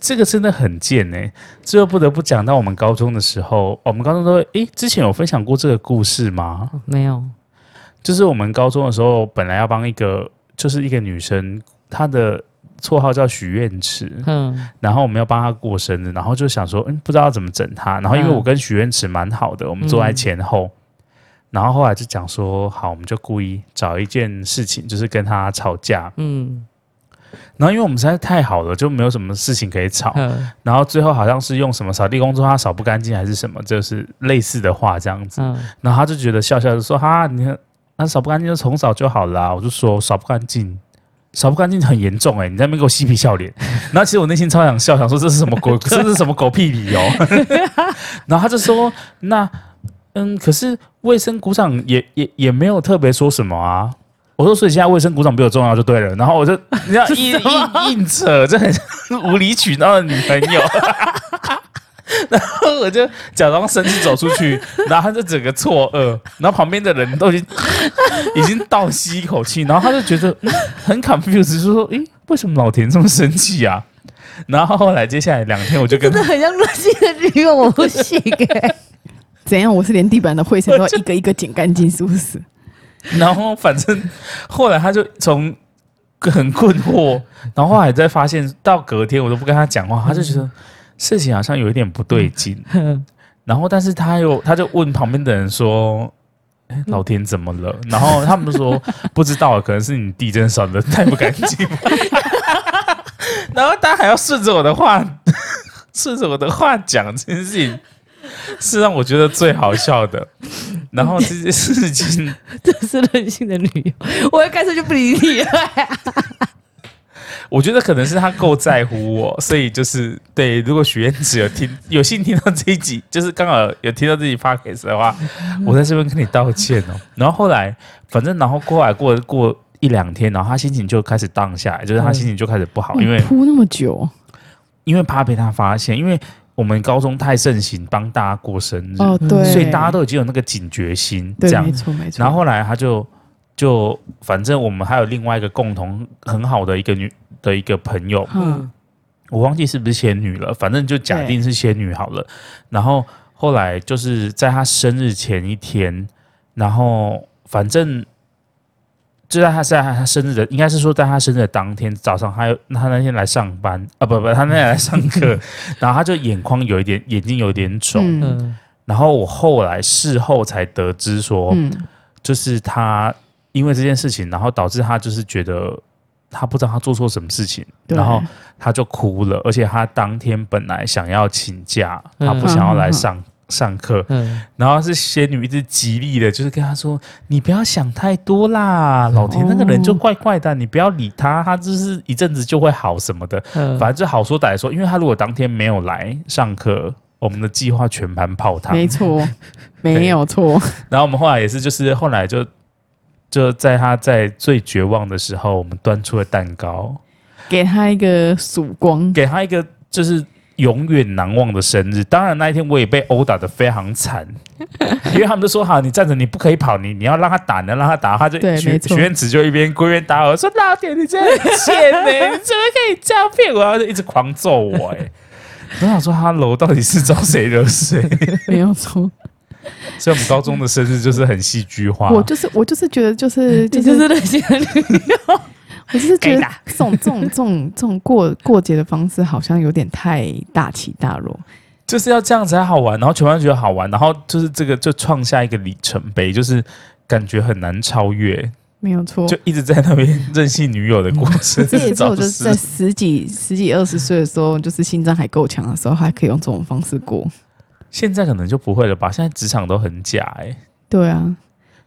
[SPEAKER 1] 这个真的很贱哎、这又不得不讲到我们高中的时候，我们高中都会诶，之前有分享过这个故事吗？
[SPEAKER 2] 没有，
[SPEAKER 1] 就是我们高中的时候，本来要帮一个就是一个女生，她的绰号叫许愿池，
[SPEAKER 2] 嗯，
[SPEAKER 1] 然后我们要帮她过生日，然后就想说，嗯，不知道要怎么整她。然后因为
[SPEAKER 2] 嗯
[SPEAKER 1] 我跟许愿池蛮好的，我们坐在前后，然后后来就讲说，好，我们就故意找一件事情，就是跟她吵架，
[SPEAKER 2] 嗯，
[SPEAKER 1] 然后因为我们实在太好了，就没有什么事情可以吵。
[SPEAKER 2] 嗯，
[SPEAKER 1] 然后最后好像是用什么扫地工作，他扫不干净还是什么，就是类似的话这样子。
[SPEAKER 2] 嗯，
[SPEAKER 1] 然后他就觉得笑笑就说：“哈，你看那扫不干净就重扫就好啦。”我就说：“扫不干净，扫不干净很严重哎、你在那边给我嬉皮笑脸。” 然后其实我内心超想笑，想说这是什么狗，这是什么狗屁理由？然后他就说：“那嗯，可是卫生股长也也也没有特别说什么啊。”我说：“所以现在卫生股长比我重要就对了。”然后我就你知道硬硬硬扯，这很像无理取闹的女朋友。 我就假装生气走出去，然后他就整个错愕，然后旁边的人都已经已经倒吸一口气，然后他就觉得嗯很 confused，就说：“诶，为什么老田这么生气啊？”然后后来接下来两天，我就跟
[SPEAKER 2] 真
[SPEAKER 1] 他
[SPEAKER 2] 的很像热心的女友，我不 信哎。
[SPEAKER 3] 怎样？我是连地板的灰尘 都要一个一个捡干净，是不是？
[SPEAKER 1] 然后反正后来他就从很困惑，然后后来再发现到隔天我都不跟他讲话，他就觉得事情好像有一点不对劲。
[SPEAKER 2] 嗯
[SPEAKER 1] 然后但是他又他就问旁边的人说。诶老天怎么了？然后他们就说不知道，啊可能是你地震扫的太不干净。然后大家还要顺着我的话， 顺着我的话讲这件事情，是让我觉得最好笑的。然后这件事情
[SPEAKER 2] 这是任性的女友，我干脆就不理 你了。
[SPEAKER 1] 我觉得可能是他够在乎我，所以就是对。如果许愿池有听有幸听到这一集，就是刚好有听到这集 podcast 的 话，我在这边跟你道歉哦。然后后来，反正然后过来过过一两天，然后他心情就开始 down 下来，就是他心情就开始不好，哦因为
[SPEAKER 3] 铺那么久，
[SPEAKER 1] 因为怕被他发现，因为我们高中太盛行帮大家过生日，
[SPEAKER 3] 哦，对，
[SPEAKER 1] 所以大家都已经有那个警觉心，这
[SPEAKER 3] 对，
[SPEAKER 1] 样
[SPEAKER 3] 没错没错。
[SPEAKER 1] 然后后来他就就反正我们还有另外一个共同很好的一个女的一个朋友，
[SPEAKER 3] 嗯，
[SPEAKER 1] 我忘记是不是仙女了，反正就假定是仙女好了。然后后来就是在她生日前一天，然后反正就在她在她生日的，应该是说在她生日的当天早上，她她那天来上 班啊，不不，她那天来上课，然后她就眼眶有一点，眼睛有一点肿，
[SPEAKER 3] 嗯
[SPEAKER 2] 嗯，
[SPEAKER 1] 然后我后来事后才得知说，
[SPEAKER 3] 嗯，
[SPEAKER 1] 就是他因为这件事情，然后导致他就是觉得他不知道他做错什么事情，
[SPEAKER 3] 对
[SPEAKER 1] 然后他就哭了，而且他当天本来想要请假，
[SPEAKER 2] 嗯
[SPEAKER 1] 他不想要来上。上课，
[SPEAKER 2] 嗯，
[SPEAKER 1] 然后是仙女一直极力的，就是跟他说：“你不要想太多
[SPEAKER 3] 哦
[SPEAKER 1] 啦，老田那个人就怪怪的，你不要理他，他就是一阵子就会好什么的。”
[SPEAKER 2] 嗯
[SPEAKER 1] 反正就好说歹说，因为他如果当天没有来上课，我们的计划全盘泡汤。
[SPEAKER 3] 没错， 没有错，
[SPEAKER 1] 然后我们后来也是，就是后来就就在他在最绝望的时候，我们端出了蛋糕，
[SPEAKER 3] 给他一个曙光。
[SPEAKER 1] 给他一个就是永远难忘的生日。当然那一天我也被殴打的非常 惨，因为他们就说好，你站着你不可以跑，你你要让他打，你要让他打，他就
[SPEAKER 3] 对
[SPEAKER 1] 许
[SPEAKER 3] 没错
[SPEAKER 1] 许愿池就一边跪一边打我说老铁你真的很贱呢、 你怎么可以这样骗我？然后就一直狂揍我哎、我想说哈喽，到底是招谁惹 谁？
[SPEAKER 3] 没有 错，
[SPEAKER 1] 所以我们高中的生日就是很戏剧化。
[SPEAKER 3] 我就是我就是觉 得就是
[SPEAKER 2] 这
[SPEAKER 3] 就
[SPEAKER 2] 就是是那些
[SPEAKER 3] 我就是觉
[SPEAKER 2] 给
[SPEAKER 3] 得
[SPEAKER 2] 打
[SPEAKER 3] 这种这种这种这种过过节的方式好像有点太大起大落。
[SPEAKER 1] 就是要这样才好玩，然后全班觉得好玩，然后就是这个就创下一个里程碑，就是感觉很难超越，
[SPEAKER 3] 没有 错，
[SPEAKER 1] 就一直在那边认识女友的过 程。
[SPEAKER 3] 这也是我
[SPEAKER 1] 导
[SPEAKER 3] 就
[SPEAKER 1] 致
[SPEAKER 3] 是在十几、十几、二十岁的时候，就是心脏还够强的时候，还可以用这种方式过。
[SPEAKER 1] 现在可能就不会了吧？现在职场都很假哎、
[SPEAKER 3] 对啊，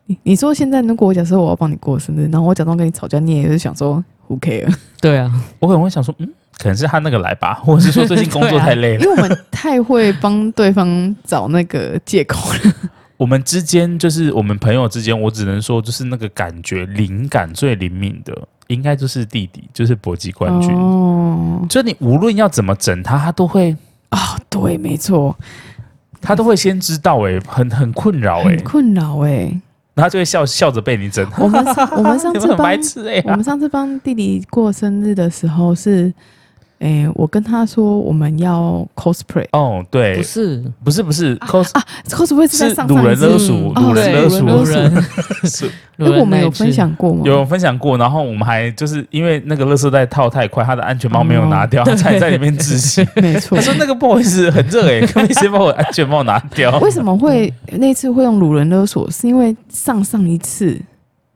[SPEAKER 3] 你你说现在如果我假设我要帮你过生日，然后我假装跟你吵架，你也是想说 who care？
[SPEAKER 2] 对啊，
[SPEAKER 1] 我可能会想说，嗯，可能是他那个来吧， 或者是说最近工作
[SPEAKER 2] 对啊
[SPEAKER 1] 太累
[SPEAKER 3] 因
[SPEAKER 1] 了。
[SPEAKER 3] 为我们太会帮对方找那个借口了。
[SPEAKER 1] 我们之间就是我们朋友之间，我只能说就是那个感觉灵感最灵敏的，应该就是弟弟，就是搏击冠军。
[SPEAKER 3] 哦
[SPEAKER 1] 就你无论要怎么整他，他都会
[SPEAKER 3] 哦，对，没错，
[SPEAKER 1] 他都会先知道哎、很很困扰哎、
[SPEAKER 3] 很困扰哎、
[SPEAKER 1] 然后他就会笑笑着被你整。
[SPEAKER 3] 我们上我们上
[SPEAKER 1] 你
[SPEAKER 3] 次
[SPEAKER 1] 很
[SPEAKER 3] 帮
[SPEAKER 1] 白痴哎、
[SPEAKER 3] 我们上次帮弟弟过生日的时候是，诶、我跟他说我们要 cosplay。
[SPEAKER 1] 哦，对
[SPEAKER 2] 不，是
[SPEAKER 1] 不是不是，cos
[SPEAKER 3] 啊 cosplay 是在
[SPEAKER 1] 是
[SPEAKER 3] 上
[SPEAKER 1] 鲁
[SPEAKER 3] 上一
[SPEAKER 1] 人
[SPEAKER 3] 次
[SPEAKER 1] 勒索，
[SPEAKER 3] 嗯
[SPEAKER 2] 哦
[SPEAKER 1] 鲁人勒
[SPEAKER 3] 对
[SPEAKER 1] 索
[SPEAKER 3] 鲁
[SPEAKER 2] 路人，
[SPEAKER 1] 是
[SPEAKER 3] 哎、我们有分
[SPEAKER 2] 享。
[SPEAKER 3] 享过吗？
[SPEAKER 1] 有分享过。然后我们还就是因为那个垃圾袋套太快，他的安全帽没有拿 掉，他才在里面窒息。
[SPEAKER 3] 没 错
[SPEAKER 1] 他。说那个不好意思，很热 哎、可不可以先把我安全帽拿掉？
[SPEAKER 3] 为什么会那次会用鲁人勒索？是因为上上一次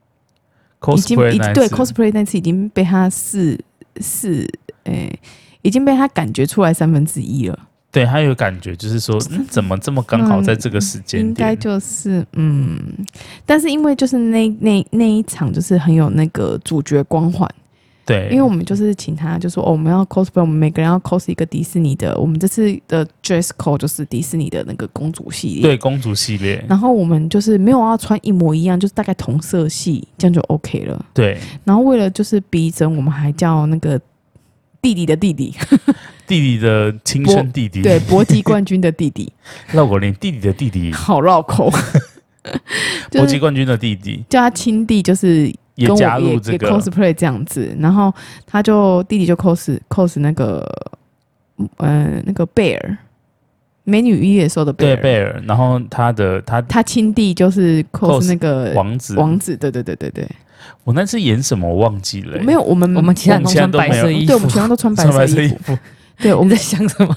[SPEAKER 3] 已经
[SPEAKER 1] cosplay
[SPEAKER 3] 已
[SPEAKER 1] 那一
[SPEAKER 3] 对
[SPEAKER 1] 次
[SPEAKER 3] cosplay 那次已经被他试试，诶、已经被他感觉出来三分之一了，
[SPEAKER 1] 对他有感觉，就是说、嗯、怎么这么刚好在这个时间
[SPEAKER 3] 应该
[SPEAKER 1] 点？
[SPEAKER 3] 就是嗯，但是因为就是那那那一场就是很有那个主角光环，
[SPEAKER 1] 对，
[SPEAKER 3] 因为我们就是请他就说哦，我们要 cosplay，我们每个人要 cos 一个迪士尼的，我们这次的 dress code 就是迪士尼的那个公主系列，
[SPEAKER 1] 对公主系列，
[SPEAKER 3] 然后我们就是没有要穿一模一样，就是大概同色系，这样就 OK 了。
[SPEAKER 1] 对
[SPEAKER 3] 然后为了就是逼真，我们还叫那个弟弟的弟弟，
[SPEAKER 1] 弟弟的亲生弟弟，
[SPEAKER 3] 对，搏击冠军的弟弟，
[SPEAKER 1] 绕口令，弟弟的弟弟，
[SPEAKER 3] 好绕 口。
[SPEAKER 1] 嗯搏
[SPEAKER 3] 就
[SPEAKER 1] 击
[SPEAKER 3] 是
[SPEAKER 1] 冠军的弟弟
[SPEAKER 3] 叫他亲弟，就是
[SPEAKER 1] 也
[SPEAKER 3] 跟我
[SPEAKER 1] 加
[SPEAKER 3] 也
[SPEAKER 1] 入这
[SPEAKER 3] 也
[SPEAKER 1] 个
[SPEAKER 3] cosplay 这样子。然后他就弟弟就 cos cos 那个呃那个贝尔，美女与野兽的贝
[SPEAKER 1] 对
[SPEAKER 3] 尔。
[SPEAKER 1] 贝尔，然后他的他
[SPEAKER 3] 他亲弟就是
[SPEAKER 1] cos
[SPEAKER 3] cos 那个
[SPEAKER 1] 王子，
[SPEAKER 3] 王子，对对对对对，
[SPEAKER 1] 我那次演什么我忘记了、欸，
[SPEAKER 3] 没有我们
[SPEAKER 2] 我们其他人
[SPEAKER 1] 我
[SPEAKER 2] 都
[SPEAKER 1] 们其他
[SPEAKER 2] 穿
[SPEAKER 1] 都
[SPEAKER 2] 白
[SPEAKER 1] 没有
[SPEAKER 2] 色衣
[SPEAKER 3] 对，我们
[SPEAKER 2] 服，
[SPEAKER 3] 全部都穿白
[SPEAKER 1] 穿 白
[SPEAKER 3] 色
[SPEAKER 1] 色
[SPEAKER 3] 衣
[SPEAKER 1] 衣
[SPEAKER 3] 服。
[SPEAKER 1] 服。
[SPEAKER 3] 对，我
[SPEAKER 2] 你
[SPEAKER 3] 们
[SPEAKER 2] 在想什么？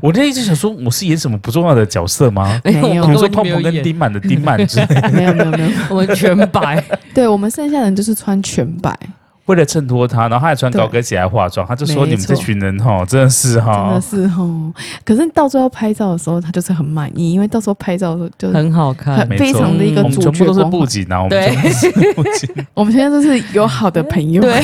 [SPEAKER 1] 我那一直想说，我是演什么不重要的角色吗？
[SPEAKER 3] 没有
[SPEAKER 2] 我
[SPEAKER 1] 比
[SPEAKER 2] 们
[SPEAKER 1] 如
[SPEAKER 2] 根
[SPEAKER 1] 说
[SPEAKER 2] 本就
[SPEAKER 1] 碰
[SPEAKER 2] 没有
[SPEAKER 1] 碰跟
[SPEAKER 2] 演，
[SPEAKER 1] 丁满的 丁满之类，
[SPEAKER 3] 没有没有没有，
[SPEAKER 2] 我们全白。
[SPEAKER 3] 对我们剩下的人就是穿全白，
[SPEAKER 1] 为了衬托他，然后他还穿
[SPEAKER 3] 对
[SPEAKER 1] 高跟鞋来化妆，他就说
[SPEAKER 3] 没
[SPEAKER 1] 你们这
[SPEAKER 3] 错
[SPEAKER 1] 群人哈，真的是
[SPEAKER 3] 真
[SPEAKER 1] 哈
[SPEAKER 3] 的，是哦。可是到最后拍照的时候，他就是很满意，因为到时候拍照的时候就是
[SPEAKER 2] 很好看
[SPEAKER 3] 很。
[SPEAKER 1] 没
[SPEAKER 3] 非
[SPEAKER 1] 错
[SPEAKER 3] 常的一个
[SPEAKER 1] 我们
[SPEAKER 3] 主
[SPEAKER 1] 全部
[SPEAKER 3] 角
[SPEAKER 1] 都是
[SPEAKER 3] 光
[SPEAKER 1] 布
[SPEAKER 3] 环。
[SPEAKER 1] 景啊，我们
[SPEAKER 2] 对
[SPEAKER 1] 全部都是布景，
[SPEAKER 3] 我们现在就是友好的朋友，
[SPEAKER 2] 对，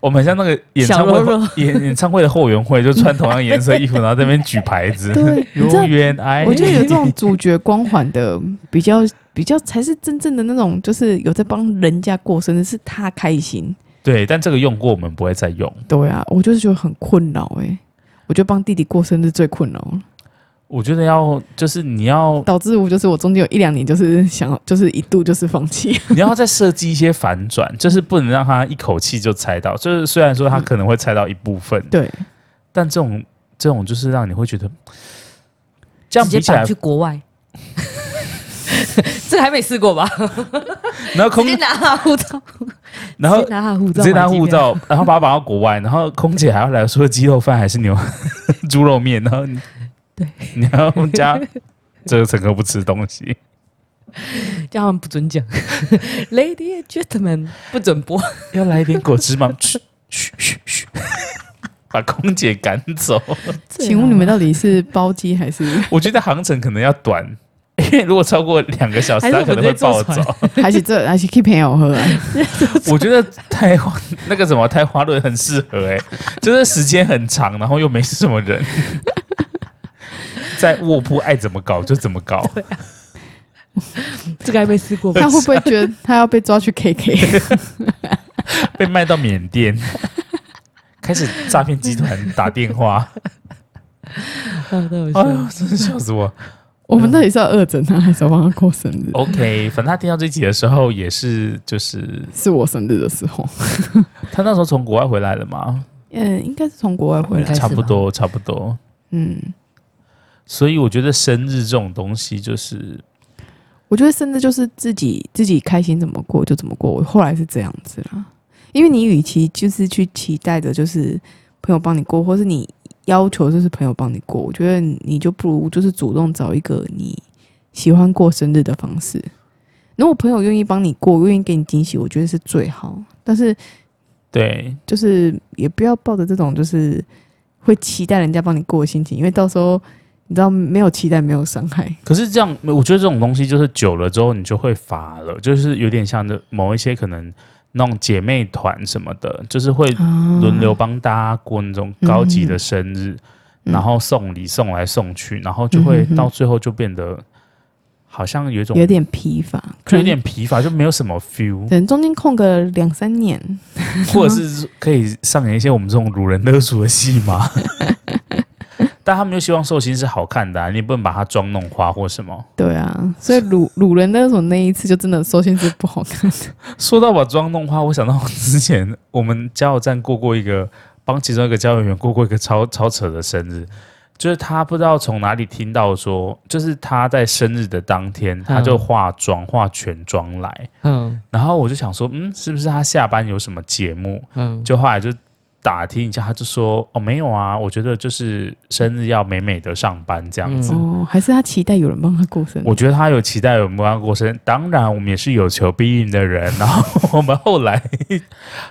[SPEAKER 1] 我们很像那个演唱
[SPEAKER 2] 小肉肉
[SPEAKER 1] 会 演演唱会的后援会，就穿同样颜色衣服，然后在那边举牌子，哎
[SPEAKER 3] 对你知道
[SPEAKER 1] 永远爱
[SPEAKER 3] 我觉得有
[SPEAKER 1] 你。
[SPEAKER 3] 这种主角光环的，比较比较才是真正的那种，就是有在帮人家过生日，是他开心。
[SPEAKER 1] 对，但这个用过，我们不会再用。
[SPEAKER 3] 对啊，我就是觉得很困扰哎、我觉得帮弟弟过生日最困扰了，
[SPEAKER 1] 我觉得要就是你要
[SPEAKER 3] 导致我就是我中间有一两年就是想，就是一度就是放弃。
[SPEAKER 1] 你要再设计一些反转，就是不能让他一口气就猜到。就是虽然说他可能会猜到一部分，
[SPEAKER 3] 对，
[SPEAKER 1] 但这种这种就是让你会觉得，这样
[SPEAKER 2] 直
[SPEAKER 1] 比
[SPEAKER 2] 接
[SPEAKER 1] 起来
[SPEAKER 2] 搬，去国 外，这个还没试过吧？
[SPEAKER 1] 然后
[SPEAKER 2] 直
[SPEAKER 1] 空
[SPEAKER 2] 接拿他护照，
[SPEAKER 1] 然后
[SPEAKER 2] 直接拿他护照，
[SPEAKER 1] 直接拿护。照，然后 把它绑到国外，然后空姐还要来说鸡肉饭还是牛猪肉面，然后你
[SPEAKER 2] 对，
[SPEAKER 1] 你要加这个乘客不吃东西，
[SPEAKER 2] 叫他们不 准讲，Lady and Gentlemen 不准播。
[SPEAKER 1] 要来一点果汁吗？ 嘘嘘嘘嘘，把空姐赶走。
[SPEAKER 3] 请问你们到底是包机还 是
[SPEAKER 1] 我觉得航程可能要短， 因为如果超过两个小时，
[SPEAKER 2] 还是
[SPEAKER 1] 他
[SPEAKER 2] 我
[SPEAKER 1] 可
[SPEAKER 2] 们
[SPEAKER 1] 能会
[SPEAKER 2] 直接
[SPEAKER 1] 暴
[SPEAKER 2] 坐
[SPEAKER 1] 走。
[SPEAKER 3] 还是这还是 keep 朋友喝、 啊？
[SPEAKER 1] 我觉得太花那个什么太花轮很适合 哎、就是时间很长，然后又没什么 人，在卧铺爱怎么搞就怎么搞。
[SPEAKER 2] 这个还没试过吧？
[SPEAKER 3] 他会不会觉得他要被抓去 KK？
[SPEAKER 1] 被卖到缅甸，开始诈骗集团打电话，
[SPEAKER 2] 啊那我
[SPEAKER 1] 哎
[SPEAKER 2] 笑
[SPEAKER 1] 呦， 真是笑死我。
[SPEAKER 3] 我们到底是要饿着他，还是要帮他过生日？
[SPEAKER 1] 哦 OK，反正他听到这集的时候也是，就是
[SPEAKER 3] 是我生日的时候。
[SPEAKER 1] 他那时候从国外回来了嘛，
[SPEAKER 3] 嗯，应该是从国外回
[SPEAKER 2] 应该
[SPEAKER 3] 来
[SPEAKER 2] 是。
[SPEAKER 1] 差不
[SPEAKER 2] 吧
[SPEAKER 1] 多，差不多。
[SPEAKER 3] 嗯，
[SPEAKER 1] 所以我觉得生日这种东西，就是
[SPEAKER 3] 我觉得生日就是自己自己开心怎么过就怎么过。我后来是这样子啦，因为你与其就是去期待着就是朋友帮你过，或是你要求就是朋友帮你过，我觉得你就不如就是主动找一个你喜欢过生日的方式。如果朋友愿意帮你过，愿意给你惊喜，我觉得是最好。但是
[SPEAKER 1] 对
[SPEAKER 3] 就是也不要抱着这种就是会期待人家帮你过的心情，因为到时候你知道没有期待没有伤害。
[SPEAKER 1] 可是这样，我觉得这种东西就是久了之后你就会乏了，就是有点像那某一些可能那种姐妹团什么的，就是会轮流帮大家过那种高级的生日，
[SPEAKER 3] 嗯
[SPEAKER 1] 然后送礼送来送去，然后就会
[SPEAKER 3] 嗯哼哼
[SPEAKER 1] 到最后就变得好像有一种
[SPEAKER 3] 有点疲乏，
[SPEAKER 1] 就有点疲乏，就没有什么 feel，
[SPEAKER 3] 可能中间空个两三年，
[SPEAKER 1] 或者是可以上演一些我们这种辱人勒俗的戏嘛。 但他们又希望寿星是好看的、啊，你也不能把它妆弄花或什么。
[SPEAKER 3] 对啊，所以鲁鲁人那种那一次就真的收线是不好看的，
[SPEAKER 1] 说到把妆弄花，我想到之前我们加油站过过一个，帮其中一个加油员过过一个超 超扯的生日，就是他不知道从哪里听到说，就是他在生日的当天，他就化妆化全妆来，
[SPEAKER 2] 嗯
[SPEAKER 1] 然后我就想说，嗯，是不是他下班有什么节目？
[SPEAKER 2] 嗯，
[SPEAKER 1] 就后来就打听一下，他就说，哦，没有啊，我觉得就是生日要美美的上班这样子。
[SPEAKER 2] 嗯
[SPEAKER 3] 哦，还是他期待有人帮他过生日
[SPEAKER 1] 我，觉得他有期待有没有过生日，当然我们也是有求必应的人。然后我们后来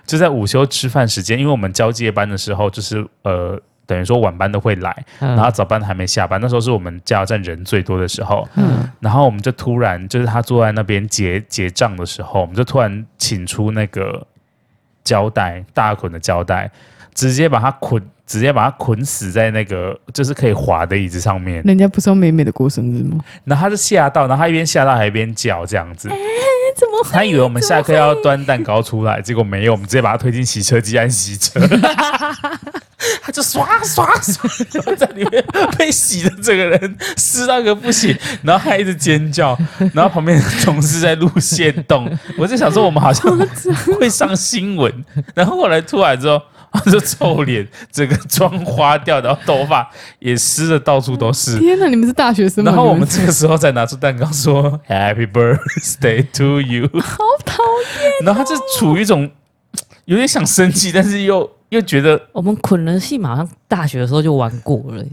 [SPEAKER 1] 就在午休吃饭时间，因为我们交接班的时候，就是呃，等于说晚班都会来，然后
[SPEAKER 2] 嗯
[SPEAKER 1] 早班还没下班，那时候是我们加油站人最多的时候。
[SPEAKER 2] 嗯
[SPEAKER 1] 然后我们就突然就是他坐在那边结结账的时候，我们就突然请出那个胶带大捆的胶带，直接把他捆，直接把他捆死在那个就是可以滑的椅子上面。
[SPEAKER 3] 人家不是要美美的过生日吗？
[SPEAKER 1] 然后他就吓到，然后他一边吓到还一边叫这样子。哎怎么？他以为我们下课要端蛋糕出来，结果没有，我们直接把他推进洗车机按洗车，他就刷刷刷，然后在里面被洗的整个人湿到一个不行，然后他一直尖叫，然后旁边的同事在录线动，我就想说我们好像会上新闻，然后后来出来之后，他就臭脸，整个妆花掉，然后头发也湿的到处都是。
[SPEAKER 3] 天哪，你们是大学生吗？
[SPEAKER 1] 然后我
[SPEAKER 3] 你
[SPEAKER 1] 们这个时候再拿出蛋糕 说 Happy Birthday to you，
[SPEAKER 3] 好讨厌，啊
[SPEAKER 1] 然后他就处于一种有点想生气，但是又又觉得，
[SPEAKER 2] 我们捆人戏码好像大学的时候就玩过了，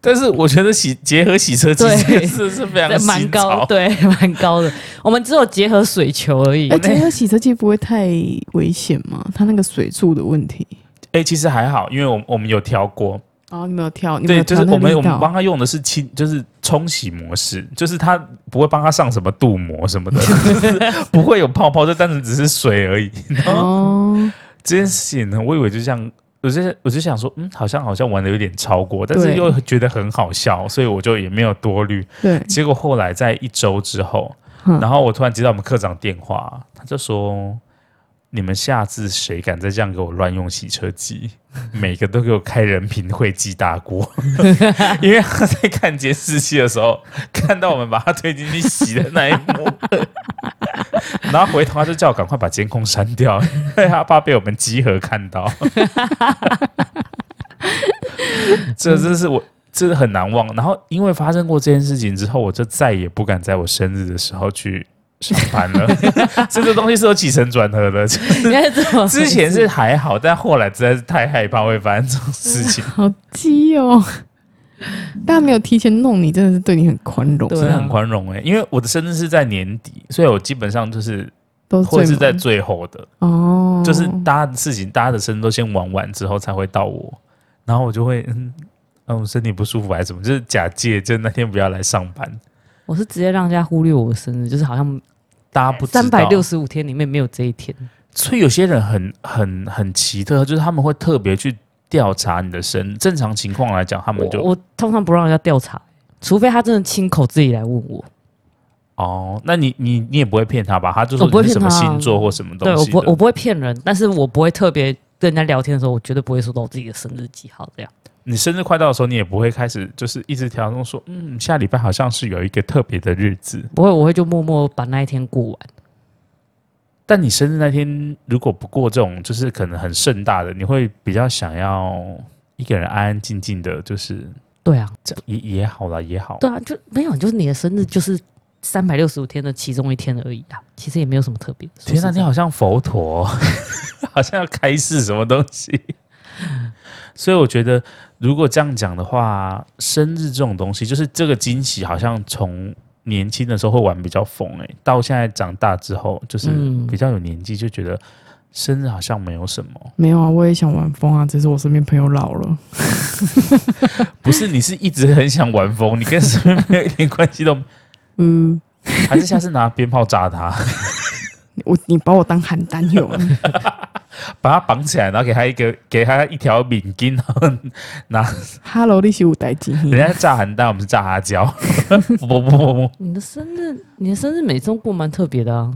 [SPEAKER 1] 但是我觉得洗结合洗车机
[SPEAKER 2] 对
[SPEAKER 1] 这件事是非常
[SPEAKER 2] 蛮
[SPEAKER 1] 新
[SPEAKER 2] 高，
[SPEAKER 1] 潮，
[SPEAKER 2] 对， 蛮高的。我们只有结合水球而已
[SPEAKER 3] 哎，。这个洗车机不会太危险吗？他那个水柱的问题。
[SPEAKER 1] 哎、其实还好，因为我们我们有调过，
[SPEAKER 3] 哦，你没有跳，你没
[SPEAKER 1] 对，
[SPEAKER 3] 有
[SPEAKER 1] 就
[SPEAKER 3] 调
[SPEAKER 1] 是
[SPEAKER 3] 那
[SPEAKER 1] 我们
[SPEAKER 3] 个
[SPEAKER 1] 我
[SPEAKER 3] 力
[SPEAKER 1] 们帮
[SPEAKER 3] 道，
[SPEAKER 1] 他用的是清，就是冲洗模式，就是他不会帮他上什么镀膜什么的， 就是不会有泡泡，就单纯只是水而已。
[SPEAKER 3] 哦，
[SPEAKER 1] 这件事情呢，我以为就像，我就我就想说，嗯，好像好像玩的有点超过，但是
[SPEAKER 3] 对
[SPEAKER 1] 又觉得很好笑，所以我就也没有多虑。
[SPEAKER 3] 对，
[SPEAKER 1] 结果后来在一周之后，
[SPEAKER 3] 嗯
[SPEAKER 1] 然后我突然接到我们科长电话，他就说：“你们下次谁敢再这样给我乱用洗车 机，每个都给我开人品会记大锅。” 因为他在看监视器的时候，看到我们把他推进去洗的那一 幕，然后回头他就叫我赶快把监控删掉，因为他怕被我们集合看
[SPEAKER 3] 。
[SPEAKER 1] 到。这真是我这是很难忘。然后因为发生过这件事情之后，我就再也不敢在我生日的时候去上班了。这个东西是有起承转合的，
[SPEAKER 2] 应该是这么
[SPEAKER 1] 之前是还好，但后来实在是太害怕会发生这种事情
[SPEAKER 3] 好鸡哦，大家没有提前弄你，真的是对你很宽容，
[SPEAKER 2] 对
[SPEAKER 1] 真的
[SPEAKER 2] 啊
[SPEAKER 1] 很宽容哎、因为我的生日是在年底，所以我基本上就是
[SPEAKER 3] 都是
[SPEAKER 1] 会
[SPEAKER 3] 哦最
[SPEAKER 1] 是在
[SPEAKER 3] 忙
[SPEAKER 1] 最后的，
[SPEAKER 3] 哦，
[SPEAKER 1] 就是大家的事情，大家的生日都先玩完之后才会到我，然后我就会嗯。嗯，我身体不舒服还是什么，就是假借就那天不要来上班，
[SPEAKER 2] 我是直接让人家忽略我的生日，就是好像
[SPEAKER 1] 大家不知道
[SPEAKER 2] 三百六十五天里面没有这一天。
[SPEAKER 1] 所以有些人很很很奇特，就是他们会特别去调查你的生日。正常情况来讲，他们
[SPEAKER 2] 我
[SPEAKER 1] 就
[SPEAKER 2] 我通常不让人家调查，除非他真的亲口自己来问我。
[SPEAKER 1] 哦，那你你你也不会骗他吧？他就说
[SPEAKER 2] 我不会
[SPEAKER 1] 你是什么
[SPEAKER 2] 骗他啊
[SPEAKER 1] 星座或什么东
[SPEAKER 2] 对我
[SPEAKER 1] 西
[SPEAKER 2] 不
[SPEAKER 1] 的。
[SPEAKER 2] 我不会骗人，但是我不会特别跟人家聊天的时候，我绝对不会说到我自己的生日几号这样。
[SPEAKER 1] 你生日快到的时候，你也不会开始就是一直调动说，嗯，下礼拜好像是有一个特别的日子。
[SPEAKER 2] 不会，我会就默默把那一天过完。
[SPEAKER 1] 但你生日那天如果不过这种就是可能很盛大的，你会比较想要一个人安安静静的，就是
[SPEAKER 2] 对啊，
[SPEAKER 1] 这也也好啦，也好。
[SPEAKER 2] 对啊，就没有，就是你的生日就是三百六十五天的其中一天而已啊，其实也没有什么特别的。
[SPEAKER 1] 天
[SPEAKER 2] 哪，
[SPEAKER 1] 哪，你好像佛陀 哦，好像要开示什么东西。所以我觉得，如果这样讲的话，生日这种东西，就是这个惊喜，好像从年轻的时候会玩比较疯哎、到现在长大之后，就是
[SPEAKER 2] 嗯
[SPEAKER 1] 比较有年纪，就觉得生日好像没有什么。
[SPEAKER 3] 没有啊，我也想玩疯啊，只是我身边朋友老了，
[SPEAKER 1] 不是，你是一直很想玩疯，你跟身边没有一点关系都，
[SPEAKER 3] 嗯，
[SPEAKER 1] 还是下次拿鞭炮炸他，
[SPEAKER 3] 我你把我当邯郸 用，
[SPEAKER 1] 把他绑起来，然后给他一个，给他一条领巾，然后
[SPEAKER 3] 哈喽，你是五代机，
[SPEAKER 1] 人家炸邯郸，我们是炸阿胶， 不不不不不，
[SPEAKER 2] 你的生日，你的生日每次都过蛮特别 的啊。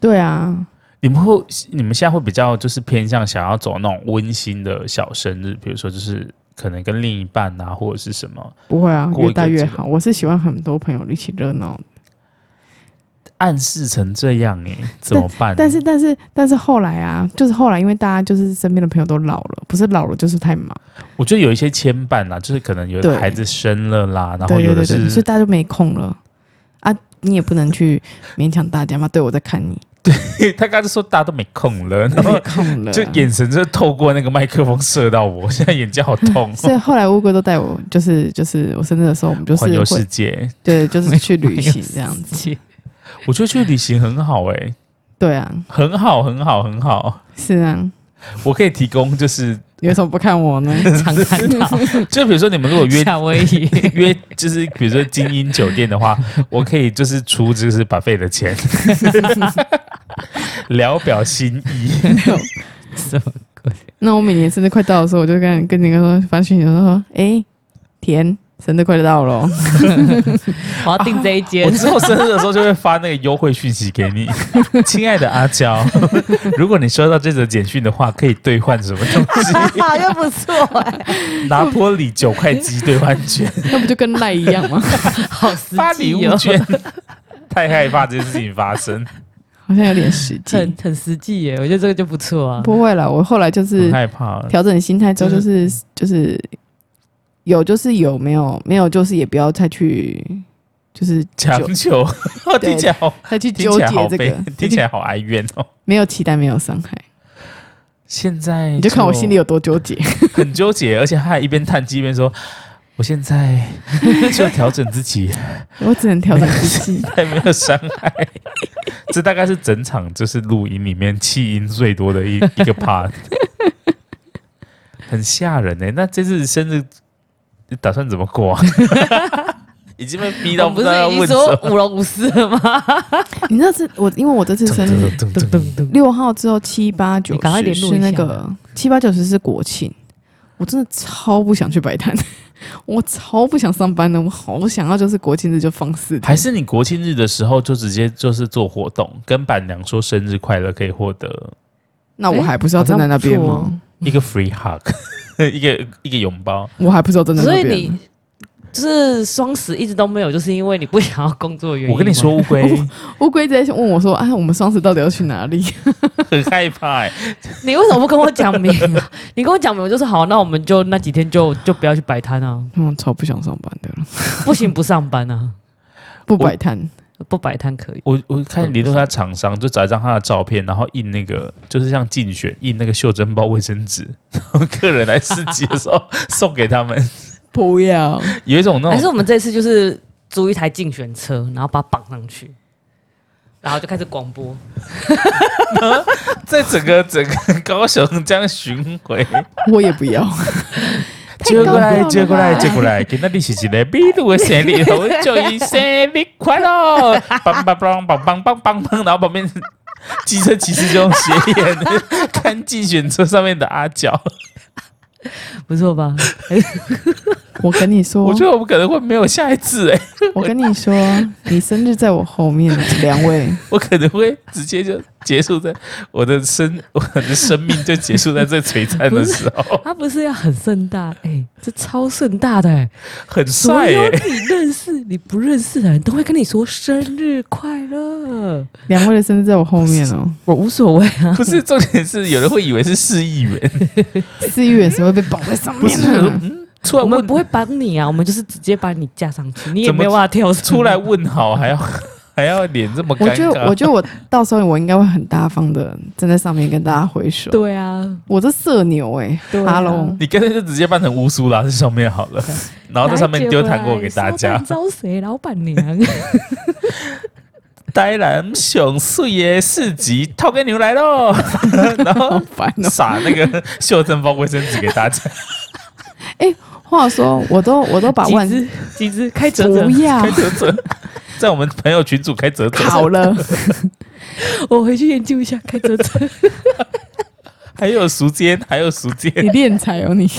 [SPEAKER 3] 对啊，
[SPEAKER 1] 你们会你们现在会比较就是偏向想要走那种温馨的小生日，比如说就是可能跟另一半啊或者是什么，
[SPEAKER 3] 不会啊，
[SPEAKER 1] 过一个
[SPEAKER 3] 越大越
[SPEAKER 1] 节日
[SPEAKER 3] 好，我是喜欢很多朋友一起热闹，
[SPEAKER 1] 暗示成这样哎、怎么办？
[SPEAKER 3] 但是但是但是后来啊，就是后来因为大家就是身边的朋友都老了，不是老了就是太忙，
[SPEAKER 1] 我觉得有一些牵绊啦，就是可能有的
[SPEAKER 3] 对
[SPEAKER 1] 孩子生了啦，然后
[SPEAKER 3] 对
[SPEAKER 1] 有的
[SPEAKER 3] 对对
[SPEAKER 1] 是
[SPEAKER 3] 对，所以大家就没空了啊，你也不能去勉强大家嘛，对我在看 你，
[SPEAKER 1] 他刚才说大家都没空了，然
[SPEAKER 3] 没
[SPEAKER 1] 后
[SPEAKER 3] 空了啊，。
[SPEAKER 1] 就眼神就透过那个麦克风射到我，现在眼睛好痛 哦
[SPEAKER 3] 所以后来乌龟都带我，就是就是我生日的时候，我们就是
[SPEAKER 1] 环游世
[SPEAKER 3] 会
[SPEAKER 1] 界，
[SPEAKER 3] 对，就是去旅行这样 子。
[SPEAKER 2] 子，
[SPEAKER 1] 我觉得去旅行很好哎、
[SPEAKER 3] 对啊，
[SPEAKER 1] 很好，很好，很好。
[SPEAKER 3] 是啊，
[SPEAKER 1] 我可以提供，就是
[SPEAKER 3] 你为什么不看我呢？
[SPEAKER 2] 常看到
[SPEAKER 1] 就比如说你们 如果约
[SPEAKER 2] 夏威夷，
[SPEAKER 1] 约，就是比如说精英酒店的话，我可以就是出就是把费的 钱，聊表心意。
[SPEAKER 2] 什么鬼？
[SPEAKER 3] 那我每年生日快到的时候，我就跟跟人家说，发讯息说，哎，田生日快 到了哦，
[SPEAKER 2] 我要订这一间
[SPEAKER 1] 我。之后生日的时候就会发那个优惠讯息给 你，亲爱的阿娇，如果你收到这则简讯的话，可以兑换 什么东西？
[SPEAKER 2] 好像不错哎、
[SPEAKER 1] 拿坡里九块鸡兑换券，
[SPEAKER 3] 那不就跟赖一样吗？
[SPEAKER 2] 好实
[SPEAKER 1] 发
[SPEAKER 2] 际
[SPEAKER 1] 礼
[SPEAKER 2] 哦
[SPEAKER 1] 物，券。太害怕这件事情发生，
[SPEAKER 3] 好像有点实际
[SPEAKER 2] 很。很实际耶、我觉得这个就不错啊。
[SPEAKER 3] 不会啦，我后来就是
[SPEAKER 1] 很害怕。
[SPEAKER 3] 调整心态之后，就是就是有就是有，没有没有就是也不要再去就是
[SPEAKER 1] 强求， 听起来好，
[SPEAKER 3] 再去
[SPEAKER 1] 听
[SPEAKER 3] 纠
[SPEAKER 1] 起
[SPEAKER 3] 结
[SPEAKER 1] 来好
[SPEAKER 3] 这
[SPEAKER 1] 悲
[SPEAKER 3] 个，，
[SPEAKER 1] 听起来好哀怨哦。
[SPEAKER 3] 没有期待，没有伤害。
[SPEAKER 1] 现在
[SPEAKER 3] 你就看我心里有多纠结。
[SPEAKER 1] 很纠结，而且他还一边叹气一边说：“我现在 就调整自己，
[SPEAKER 3] 我只能调整自己。
[SPEAKER 1] 还没有伤害。”这大概是整场就是录音里面气音最多 的一一个 part，很吓人哎、那这次生日你打算怎么 过啊？已经被逼
[SPEAKER 2] 我
[SPEAKER 1] 到
[SPEAKER 2] 们不
[SPEAKER 1] 知
[SPEAKER 2] 是
[SPEAKER 1] 道要
[SPEAKER 2] 已经
[SPEAKER 1] 问什么
[SPEAKER 2] 说。舞龙舞狮了吗？
[SPEAKER 3] 你那次我，因为我这次生日
[SPEAKER 1] 噔噔
[SPEAKER 2] 噔
[SPEAKER 1] 噔噔
[SPEAKER 2] 噔噔，
[SPEAKER 3] 六号之后七八九
[SPEAKER 2] 你赶快
[SPEAKER 3] 十
[SPEAKER 2] 联络
[SPEAKER 3] 是
[SPEAKER 2] 一下
[SPEAKER 3] 那个七八九十是国庆，我真的超不想去摆摊， 我超不想上班的，我好想要就是国庆日就放四天
[SPEAKER 1] 还。是你国庆日的时候就直接就是做活动，跟板娘说生日快乐，可以获得
[SPEAKER 3] 那我还不是要站在那边吗？
[SPEAKER 1] 一个 free hug，一 个一个拥抱。
[SPEAKER 3] 我还不是要站在
[SPEAKER 2] 所
[SPEAKER 3] 那
[SPEAKER 2] 以
[SPEAKER 3] 边。
[SPEAKER 2] 你就是双十一直都没有，就是因为你不想要工作的原因。
[SPEAKER 1] 我跟你，说，乌龟
[SPEAKER 3] 乌龟在问我说：“啊，我们双十到底要去哪里
[SPEAKER 1] 很害怕、欸，
[SPEAKER 2] 你为什么不跟我讲明、啊？你跟我讲明，我就是好，那我们就那几天就就不要去摆摊啊，？”
[SPEAKER 3] 嗯，超不想上班的了，
[SPEAKER 2] 不行不上班啊，
[SPEAKER 3] 不摆摊。
[SPEAKER 2] 不摆摊可以。
[SPEAKER 1] 我我看联络他厂商，就找一张他的照片，然后印那个就是像竞 选印那个袖珍包卫生纸，然后客人来市集的时候送给他们。
[SPEAKER 3] 不要，
[SPEAKER 1] 有一种那
[SPEAKER 2] 还是
[SPEAKER 1] 种
[SPEAKER 2] 我们这次就是租一台竞选车，然后把它绑上去，然后就开始广播。
[SPEAKER 1] 在整个整个高雄这样巡回，
[SPEAKER 3] 我也不要。
[SPEAKER 1] 接过来
[SPEAKER 3] 太高调
[SPEAKER 1] 接
[SPEAKER 3] 了吧
[SPEAKER 1] 过来接过来，今天你是一个美女的生日，我祝你生日快乐！梆梆梆梆梆梆梆梆，然后旁边机车骑士就用斜眼看竞选车上面的阿角。
[SPEAKER 2] 不错吧？
[SPEAKER 3] 我跟你说，
[SPEAKER 1] 我
[SPEAKER 3] 我
[SPEAKER 1] 觉得我们可能会没有下一次哎、
[SPEAKER 3] 跟你 说，你生日在我后面，两位。
[SPEAKER 1] 我可能会直接就结束在我的生我的生命就结束在最璀璨的时候，
[SPEAKER 2] 他不是要很盛大？哎、这超盛大的、哎
[SPEAKER 1] 很
[SPEAKER 2] 所
[SPEAKER 1] 帅
[SPEAKER 2] 有
[SPEAKER 1] 哎、
[SPEAKER 2] 你认识、你不认识的人都会跟你说生日快乐。
[SPEAKER 3] 两位的生日在我后面哦。
[SPEAKER 2] 我无所谓啊，
[SPEAKER 1] 不是重点是有人会以为是市议员，
[SPEAKER 3] 四月什么被绑在上
[SPEAKER 1] 不是
[SPEAKER 3] 面
[SPEAKER 1] 想说
[SPEAKER 3] 啊？
[SPEAKER 1] 嗯出来
[SPEAKER 2] 我们
[SPEAKER 1] 问
[SPEAKER 2] 不会帮你啊，我们就是直接把你架上去，你也
[SPEAKER 1] 怎么
[SPEAKER 2] 没有办法跳上
[SPEAKER 1] 出来。问好还要还要脸这么
[SPEAKER 3] 我
[SPEAKER 1] 尴
[SPEAKER 3] 觉得，我
[SPEAKER 1] 尬，
[SPEAKER 3] 觉得我到时候我应该会很大方的站在上面跟大家挥手。
[SPEAKER 2] 对啊，
[SPEAKER 3] 我这社牛哎、
[SPEAKER 2] 对啊
[SPEAKER 3] 哈喽，
[SPEAKER 1] 你干脆就直接扮成乌苏拉在上面好了，然后在上面丢糖果给大
[SPEAKER 2] 来
[SPEAKER 1] 家
[SPEAKER 2] 结婚来。招谁？老板 娘。
[SPEAKER 1] 呆然熊素爷市集套根牛来 喽，然后
[SPEAKER 3] 烦 哦、
[SPEAKER 1] 撒那个袖珍包卫生纸给大 家。
[SPEAKER 3] 话说，我都我都把
[SPEAKER 2] 几
[SPEAKER 3] 万
[SPEAKER 2] 只几只开折折
[SPEAKER 3] 不，要
[SPEAKER 1] 开折折，在我们朋友群组开折折，
[SPEAKER 3] 好 了，
[SPEAKER 2] 我回去研究一下开折折。
[SPEAKER 1] 还有熟煎，还有熟煎，
[SPEAKER 3] 你练财哦你，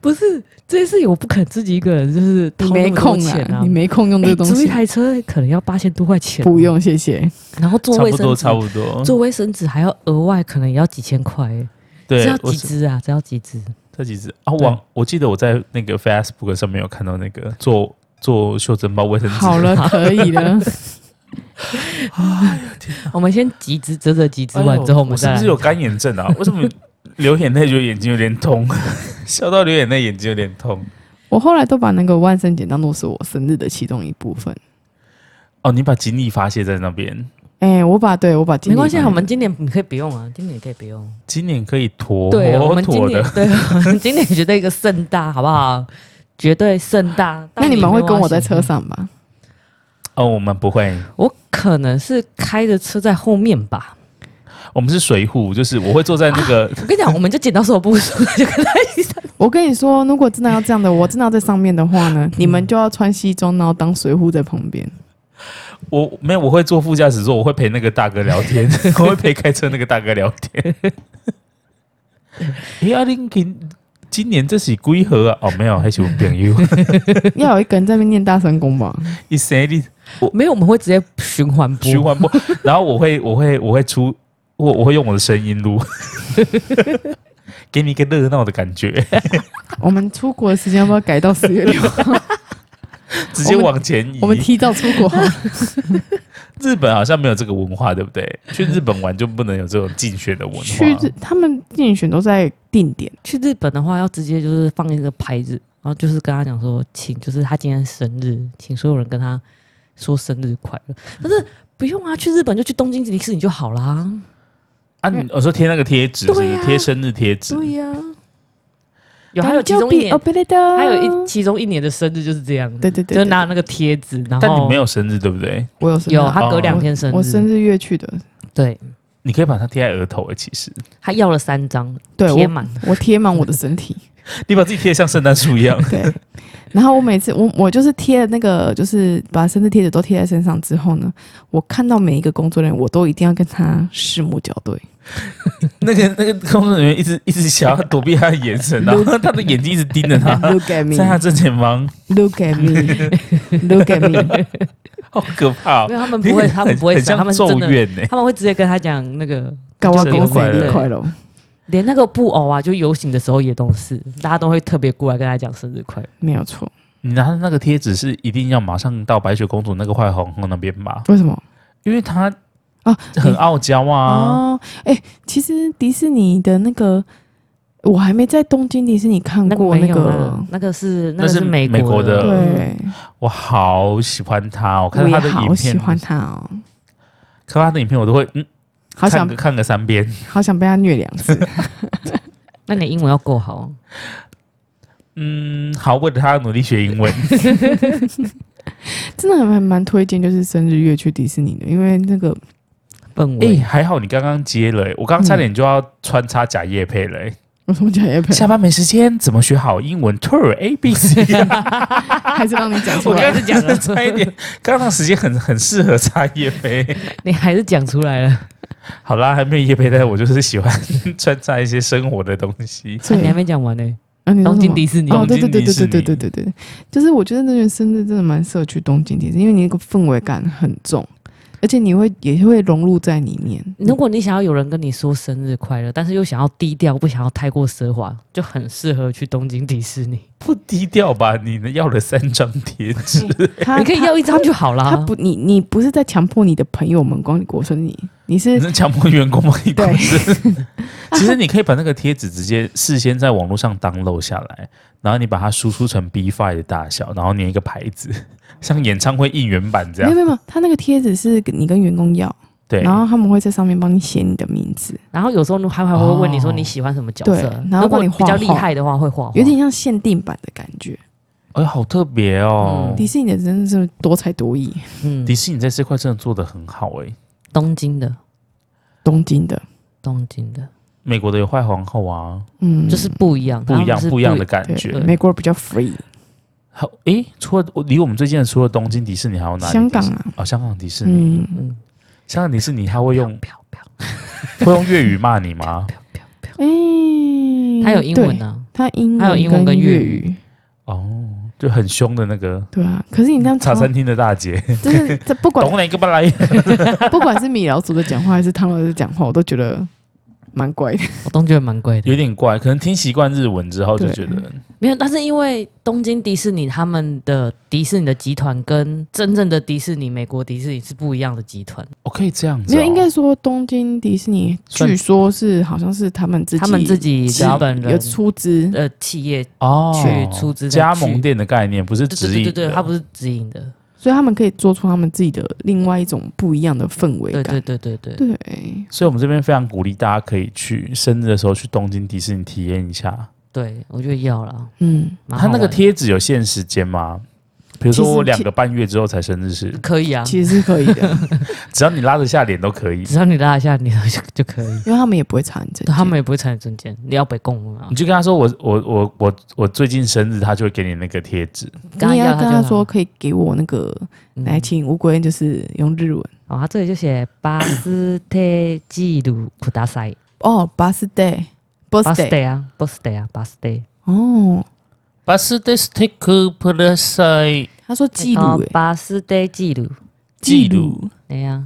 [SPEAKER 2] 不是这件事情，我不肯自己一个人，就是
[SPEAKER 3] 你
[SPEAKER 2] 掏那
[SPEAKER 3] 没
[SPEAKER 2] 么多
[SPEAKER 3] 空
[SPEAKER 2] 钱啊
[SPEAKER 3] 你。没空用这
[SPEAKER 2] 哎
[SPEAKER 3] 个东
[SPEAKER 2] 租一
[SPEAKER 3] 西，
[SPEAKER 2] 台车可能要八千多块钱，啊
[SPEAKER 3] 不。用谢 谢。
[SPEAKER 2] 然后做
[SPEAKER 1] 差
[SPEAKER 2] 卫
[SPEAKER 1] 不
[SPEAKER 2] 生
[SPEAKER 1] 多，
[SPEAKER 2] 纸
[SPEAKER 1] 差，不多。
[SPEAKER 2] 做卫生纸还要额外可能也要几千块，哎
[SPEAKER 1] 对
[SPEAKER 2] 这要，
[SPEAKER 1] 我
[SPEAKER 2] 几只啊？这要几只？
[SPEAKER 1] 这几只啊，网我记得我在那个 Facebook 上面有看到那个做做袖珍包卫生纸，
[SPEAKER 3] 好了，可以了，
[SPEAKER 2] 我们先几只折折几只
[SPEAKER 1] 哎呦，
[SPEAKER 2] 完之后，我们
[SPEAKER 1] 是
[SPEAKER 2] 再
[SPEAKER 1] 不
[SPEAKER 2] 来
[SPEAKER 1] 是有干眼 症啊？为什么流眼泪觉得眼睛有点痛， 笑到流眼泪眼睛有点痛？
[SPEAKER 3] 我后来都把那个万圣节当做是我生日的其中一部分。
[SPEAKER 1] 哦，你把精力发泄在那边，
[SPEAKER 3] 哎、我把对我把精
[SPEAKER 2] 没
[SPEAKER 3] 力
[SPEAKER 2] 关系，啊，
[SPEAKER 3] 放
[SPEAKER 2] 我们今年你可以不用啊，今年也可以不用。
[SPEAKER 1] 今年可以妥
[SPEAKER 2] 对，我们今
[SPEAKER 1] 妥
[SPEAKER 2] 年
[SPEAKER 1] 的。
[SPEAKER 2] 对， 我们今年绝对一个盛大，好不好？绝对盛大。
[SPEAKER 3] 那
[SPEAKER 2] 但
[SPEAKER 3] 你们
[SPEAKER 2] 没
[SPEAKER 3] 会
[SPEAKER 2] 有
[SPEAKER 3] 跟
[SPEAKER 2] 要
[SPEAKER 3] 我在
[SPEAKER 2] 想
[SPEAKER 3] 车上吧？
[SPEAKER 1] 哦，我们不会，
[SPEAKER 2] 我可能是开着车在后面吧。
[SPEAKER 1] 我们是水扈，就是我会坐在那 个
[SPEAKER 2] 我跟你讲，我们就剪刀石头布，就 跟他一起打。
[SPEAKER 3] 我跟你说，如果真的要这样的，我真的要在上面的话 呢，你们就要穿西装，然后当水壶在旁边。
[SPEAKER 1] 我没有，我会坐副驾驶座，我会陪那个大哥聊 天，我会陪开车那个大哥聊天。哎、阿林今今年这是几何啊？哦，没有，还是我朋 友
[SPEAKER 3] 要有一个人在那边念大神功吧？
[SPEAKER 1] 一生日
[SPEAKER 2] 没有，我们会直接循环播。
[SPEAKER 1] 循环播，然后我会我会我会出我我会用我的声音录，给你一个热闹的感觉，
[SPEAKER 3] 我们出国的时间要不要改到十月 六号？
[SPEAKER 1] 直接往前移
[SPEAKER 3] 我。们提早出国好了。
[SPEAKER 1] 日本好像没有这个文化，对不对？去日本玩就不能有这种竞选的文化。
[SPEAKER 3] 去日他们竞选都在定点，
[SPEAKER 2] 去日本的话，要直接就是放一个牌子，然后就是跟他讲说，请就是他今天生日，请所有人跟他说生日快乐。但是不用啊，去日本就去东京迪士尼就好啦。
[SPEAKER 1] 啊，你我说贴那个贴纸，是不
[SPEAKER 2] 对
[SPEAKER 1] 是
[SPEAKER 2] 啊
[SPEAKER 1] 贴、生日贴纸，
[SPEAKER 3] 啊
[SPEAKER 2] 对呀、有还有其中一
[SPEAKER 3] 哦
[SPEAKER 2] 年，还有一其中一年的生日就是这样，
[SPEAKER 3] 对对对，
[SPEAKER 2] 就
[SPEAKER 3] 对
[SPEAKER 2] 拿那个贴纸，然后
[SPEAKER 1] 但你没有生日，对不对？
[SPEAKER 3] 我有生日
[SPEAKER 2] 有，
[SPEAKER 3] 啊，
[SPEAKER 2] 他隔两天生日，
[SPEAKER 3] 我生日月去的，
[SPEAKER 2] 对，
[SPEAKER 1] 你可以把它贴在额头诶，欸其实
[SPEAKER 2] 他要了三张，
[SPEAKER 3] 对
[SPEAKER 2] 贴
[SPEAKER 3] 我
[SPEAKER 2] 满，
[SPEAKER 3] 我贴满我的身体，，
[SPEAKER 1] 你把自己贴得像圣诞树一样
[SPEAKER 3] 对。然后我每次我我就是贴那个，就是把生日贴纸都贴在身上之后呢，我看到每一个工作人员，我都一定要跟他四目校对。
[SPEAKER 1] 那个那个工作人员一直一直想要躲避他的眼神，然后他的眼睛一直盯着 他，
[SPEAKER 3] Look at
[SPEAKER 1] 在他
[SPEAKER 3] me,
[SPEAKER 1] 正前方，
[SPEAKER 3] look at me, look at me。
[SPEAKER 1] 好可怕、
[SPEAKER 2] 因
[SPEAKER 1] 哦！
[SPEAKER 2] 为他们 不会，
[SPEAKER 1] 你很
[SPEAKER 2] 他们不会
[SPEAKER 1] 很
[SPEAKER 2] 想，他
[SPEAKER 1] 像
[SPEAKER 2] 们是
[SPEAKER 1] 咒
[SPEAKER 2] 真的，
[SPEAKER 1] 怨呢、
[SPEAKER 4] 欸
[SPEAKER 2] 他们会直接跟他讲那个。
[SPEAKER 3] 高
[SPEAKER 1] 我
[SPEAKER 3] 我
[SPEAKER 1] 公
[SPEAKER 3] 公
[SPEAKER 1] 生
[SPEAKER 3] 生
[SPEAKER 1] 日
[SPEAKER 3] 日
[SPEAKER 1] 快
[SPEAKER 3] 快乐！
[SPEAKER 2] 连那个布偶啊，就游行的时候也都是，大家都会特别过来跟他讲生日快乐。
[SPEAKER 3] 没有错，
[SPEAKER 1] 你拿的那个贴纸是一定要马上到白雪公主那个坏红红那边吧，
[SPEAKER 3] 为什么？
[SPEAKER 1] 因为他
[SPEAKER 3] 啊
[SPEAKER 1] 很傲娇啊，
[SPEAKER 3] 哦，哎、其实迪士尼的那个，我还没在东京迪士尼看
[SPEAKER 2] 那个
[SPEAKER 3] 过
[SPEAKER 2] 没
[SPEAKER 3] 那
[SPEAKER 2] 有啦
[SPEAKER 3] 个，，
[SPEAKER 2] 那个是
[SPEAKER 1] 那
[SPEAKER 2] 那个
[SPEAKER 1] 是
[SPEAKER 2] 美
[SPEAKER 1] 美国的
[SPEAKER 3] 对，
[SPEAKER 1] 我好喜欢他，我
[SPEAKER 3] 我
[SPEAKER 1] 看
[SPEAKER 3] 也
[SPEAKER 1] 他的
[SPEAKER 3] 好
[SPEAKER 1] 影
[SPEAKER 3] 喜
[SPEAKER 1] 片，
[SPEAKER 3] 欢他哦，
[SPEAKER 1] 看他的影片我都会嗯，
[SPEAKER 3] 好
[SPEAKER 1] 看
[SPEAKER 3] 想
[SPEAKER 1] 个看个三遍，
[SPEAKER 3] 好想被他虐两次。
[SPEAKER 2] 那你的英文要够好，
[SPEAKER 4] 嗯，好，为了他努力 学英文。
[SPEAKER 3] 真的还蛮推荐，就是生日月去迪士尼的，因为那个
[SPEAKER 2] 氛
[SPEAKER 4] 哎、
[SPEAKER 2] 围。
[SPEAKER 4] 还好你刚刚接了、欸，我刚刚差点就要穿插假叶配了、欸。
[SPEAKER 3] 我怎么讲也
[SPEAKER 4] 下班没时间，怎么学好英文？Tour A B C，
[SPEAKER 3] 还是让你讲出
[SPEAKER 4] 我
[SPEAKER 3] 来
[SPEAKER 4] 刚
[SPEAKER 2] 刚。
[SPEAKER 4] 才
[SPEAKER 2] 才
[SPEAKER 4] 讲
[SPEAKER 2] 讲
[SPEAKER 4] 的
[SPEAKER 2] 了
[SPEAKER 4] 差一点，刚刚时间很很适合插叶配。
[SPEAKER 2] 你还是讲出来了，
[SPEAKER 4] 好啦，还没有叶配，但是我就是喜欢穿插一些生活的东西。
[SPEAKER 3] 对
[SPEAKER 2] 你还没讲完呢。
[SPEAKER 3] 啊，你说
[SPEAKER 2] 东
[SPEAKER 3] 什
[SPEAKER 2] 京
[SPEAKER 3] 么
[SPEAKER 2] 迪士尼，
[SPEAKER 4] 哦
[SPEAKER 3] 哦，对对
[SPEAKER 4] 东京
[SPEAKER 3] 对
[SPEAKER 4] 迪
[SPEAKER 3] 对
[SPEAKER 4] 士
[SPEAKER 3] 对
[SPEAKER 4] 尼
[SPEAKER 3] 对对对对，就是我觉得那个生日真的蛮适合去东京迪士尼，因为你那个氛围感很重，而且你会也会融入在里面。
[SPEAKER 2] 如果你想要有人跟你说生日快乐，但是又想要低调，不想要太过奢华，就很适合去东京迪士尼。
[SPEAKER 4] 不
[SPEAKER 3] 嗯
[SPEAKER 4] 低调吧？你要了三张贴纸，
[SPEAKER 3] 他
[SPEAKER 2] 你可以要一张就好
[SPEAKER 3] 他
[SPEAKER 2] 啦。
[SPEAKER 3] 不，你你不是在强迫你的朋友们光你过生日，你
[SPEAKER 1] 嗯
[SPEAKER 3] 是
[SPEAKER 4] 你能强迫员工帮你公
[SPEAKER 3] 嗯对
[SPEAKER 4] 司。 其实你可以把那个贴纸直接事先在网络上 download 下来，然后你把它输出成 B five 的大小，然后粘一个牌子， 像演唱会应援版这
[SPEAKER 3] 没有
[SPEAKER 4] 样。
[SPEAKER 3] 没有没有，他那个贴纸是你跟员工要，
[SPEAKER 4] 对，
[SPEAKER 3] 然后他们会在上面帮你写你的名字，
[SPEAKER 2] 然后有时候还还会问你说
[SPEAKER 4] 哦
[SPEAKER 2] 你喜欢什么角
[SPEAKER 3] 对
[SPEAKER 2] 色，
[SPEAKER 3] 然后
[SPEAKER 2] 如果
[SPEAKER 3] 帮你
[SPEAKER 2] 比较
[SPEAKER 3] 画
[SPEAKER 2] 厉
[SPEAKER 3] 画
[SPEAKER 2] 害的话会画画，
[SPEAKER 3] 有点像限定版的感觉。
[SPEAKER 4] 哎，好特别哦！
[SPEAKER 2] 嗯
[SPEAKER 3] 迪士尼的真的是多才多艺，
[SPEAKER 2] 嗯
[SPEAKER 4] 迪士尼在这块真的做得很好哎、
[SPEAKER 2] 东京的
[SPEAKER 3] 东京的，
[SPEAKER 2] 东京的，
[SPEAKER 4] 美国的有坏皇后啊，
[SPEAKER 3] 嗯，
[SPEAKER 2] 就是不一样，
[SPEAKER 4] 不一
[SPEAKER 2] 他
[SPEAKER 4] 样
[SPEAKER 2] 们是
[SPEAKER 4] 不一样的感
[SPEAKER 3] 对
[SPEAKER 4] 觉。
[SPEAKER 3] 美国比较 free，
[SPEAKER 4] 好，诶，除了离我们最近的，除了东京迪士尼，还有哪里？
[SPEAKER 3] 香港啊，
[SPEAKER 4] 哦，香港迪士尼，
[SPEAKER 3] 嗯，
[SPEAKER 2] 嗯，
[SPEAKER 4] 香港迪士尼他 会用
[SPEAKER 2] 飘飘
[SPEAKER 4] 会用粤语骂你吗？
[SPEAKER 2] 飘飘飘，
[SPEAKER 3] 哎、
[SPEAKER 2] 它有英文啊，
[SPEAKER 3] 他英文
[SPEAKER 2] 还有英文跟
[SPEAKER 3] 跟
[SPEAKER 2] 粤
[SPEAKER 3] 语，
[SPEAKER 4] 哦，就很凶的那个
[SPEAKER 3] 对啊。可是你这样
[SPEAKER 4] 茶
[SPEAKER 3] 超，
[SPEAKER 4] 餐厅的大姐，
[SPEAKER 3] 就是这不管
[SPEAKER 4] 懂哪个不来？
[SPEAKER 3] 不管是米老鼠的讲话还是汤老师讲话，我都觉得蛮怪的。
[SPEAKER 2] 我都觉得蛮贵的
[SPEAKER 4] 有。点怪，可能听习惯日文之后就
[SPEAKER 3] 对
[SPEAKER 4] 觉得
[SPEAKER 2] 没有，但是因为东京迪士尼他们的迪士尼的集团跟真正的迪士尼美国迪士尼是不一样的集团，
[SPEAKER 4] 哦，可以这样子、
[SPEAKER 3] 没
[SPEAKER 4] 哦。
[SPEAKER 3] 有，应该说东京迪士尼
[SPEAKER 4] 算
[SPEAKER 3] 据说是好像是他们自己
[SPEAKER 2] 他们自己
[SPEAKER 3] 自己
[SPEAKER 2] 日本
[SPEAKER 3] 有
[SPEAKER 2] 人
[SPEAKER 3] 出资，
[SPEAKER 2] 呃企业
[SPEAKER 4] 哦，
[SPEAKER 2] 去出资再
[SPEAKER 4] 加
[SPEAKER 2] 去
[SPEAKER 4] 盟店的概念不是
[SPEAKER 2] 对
[SPEAKER 4] 直
[SPEAKER 2] 对
[SPEAKER 4] 译
[SPEAKER 2] 对
[SPEAKER 4] 的，
[SPEAKER 2] 对对，它不是直营的，
[SPEAKER 3] 所以他们可以做出他们自己的另外一种不一样的氛围
[SPEAKER 2] 对对
[SPEAKER 3] 感。
[SPEAKER 2] 对对对，
[SPEAKER 3] 对
[SPEAKER 4] 所以我们这边非常鼓励大家可以去生日的时候去东京迪士尼体验一下。
[SPEAKER 2] 对我觉得要了。
[SPEAKER 3] 嗯，
[SPEAKER 2] 蛮好
[SPEAKER 4] 它
[SPEAKER 2] 玩
[SPEAKER 4] 那
[SPEAKER 2] 的
[SPEAKER 4] 个贴纸有限时间吗？比如说
[SPEAKER 3] 其实
[SPEAKER 4] 我两个半月之后才生日是，
[SPEAKER 2] 可以啊，
[SPEAKER 3] 其实是可以的，
[SPEAKER 4] 只要你拉得下脸都可以。
[SPEAKER 2] 只要你拉一下你就 就可以，
[SPEAKER 3] 因为他们也不会查你这。
[SPEAKER 2] 他们也不会参与中间，你要被供啊
[SPEAKER 3] 嗯
[SPEAKER 4] 你，就跟他说我我我我我最近生日，他就会给你那个贴纸。
[SPEAKER 2] 刚
[SPEAKER 3] 你也要
[SPEAKER 2] 他
[SPEAKER 3] 跟
[SPEAKER 2] 就
[SPEAKER 3] 他
[SPEAKER 2] 拿
[SPEAKER 3] 说，可以给我那个
[SPEAKER 2] 嗯
[SPEAKER 3] 来请乌龟，就是用日文
[SPEAKER 2] 哦，他这里就写巴斯特记录库达塞，
[SPEAKER 3] 哦
[SPEAKER 2] 巴斯
[SPEAKER 3] ，birthday，birthday，
[SPEAKER 2] 特啊，巴斯特啊，巴斯特，
[SPEAKER 3] 哦，
[SPEAKER 4] 巴斯的 sticker p l u s
[SPEAKER 3] 他说记录欸
[SPEAKER 2] 哦
[SPEAKER 3] 诶，
[SPEAKER 2] 巴斯特记录，
[SPEAKER 4] 记录。
[SPEAKER 2] 哎呀，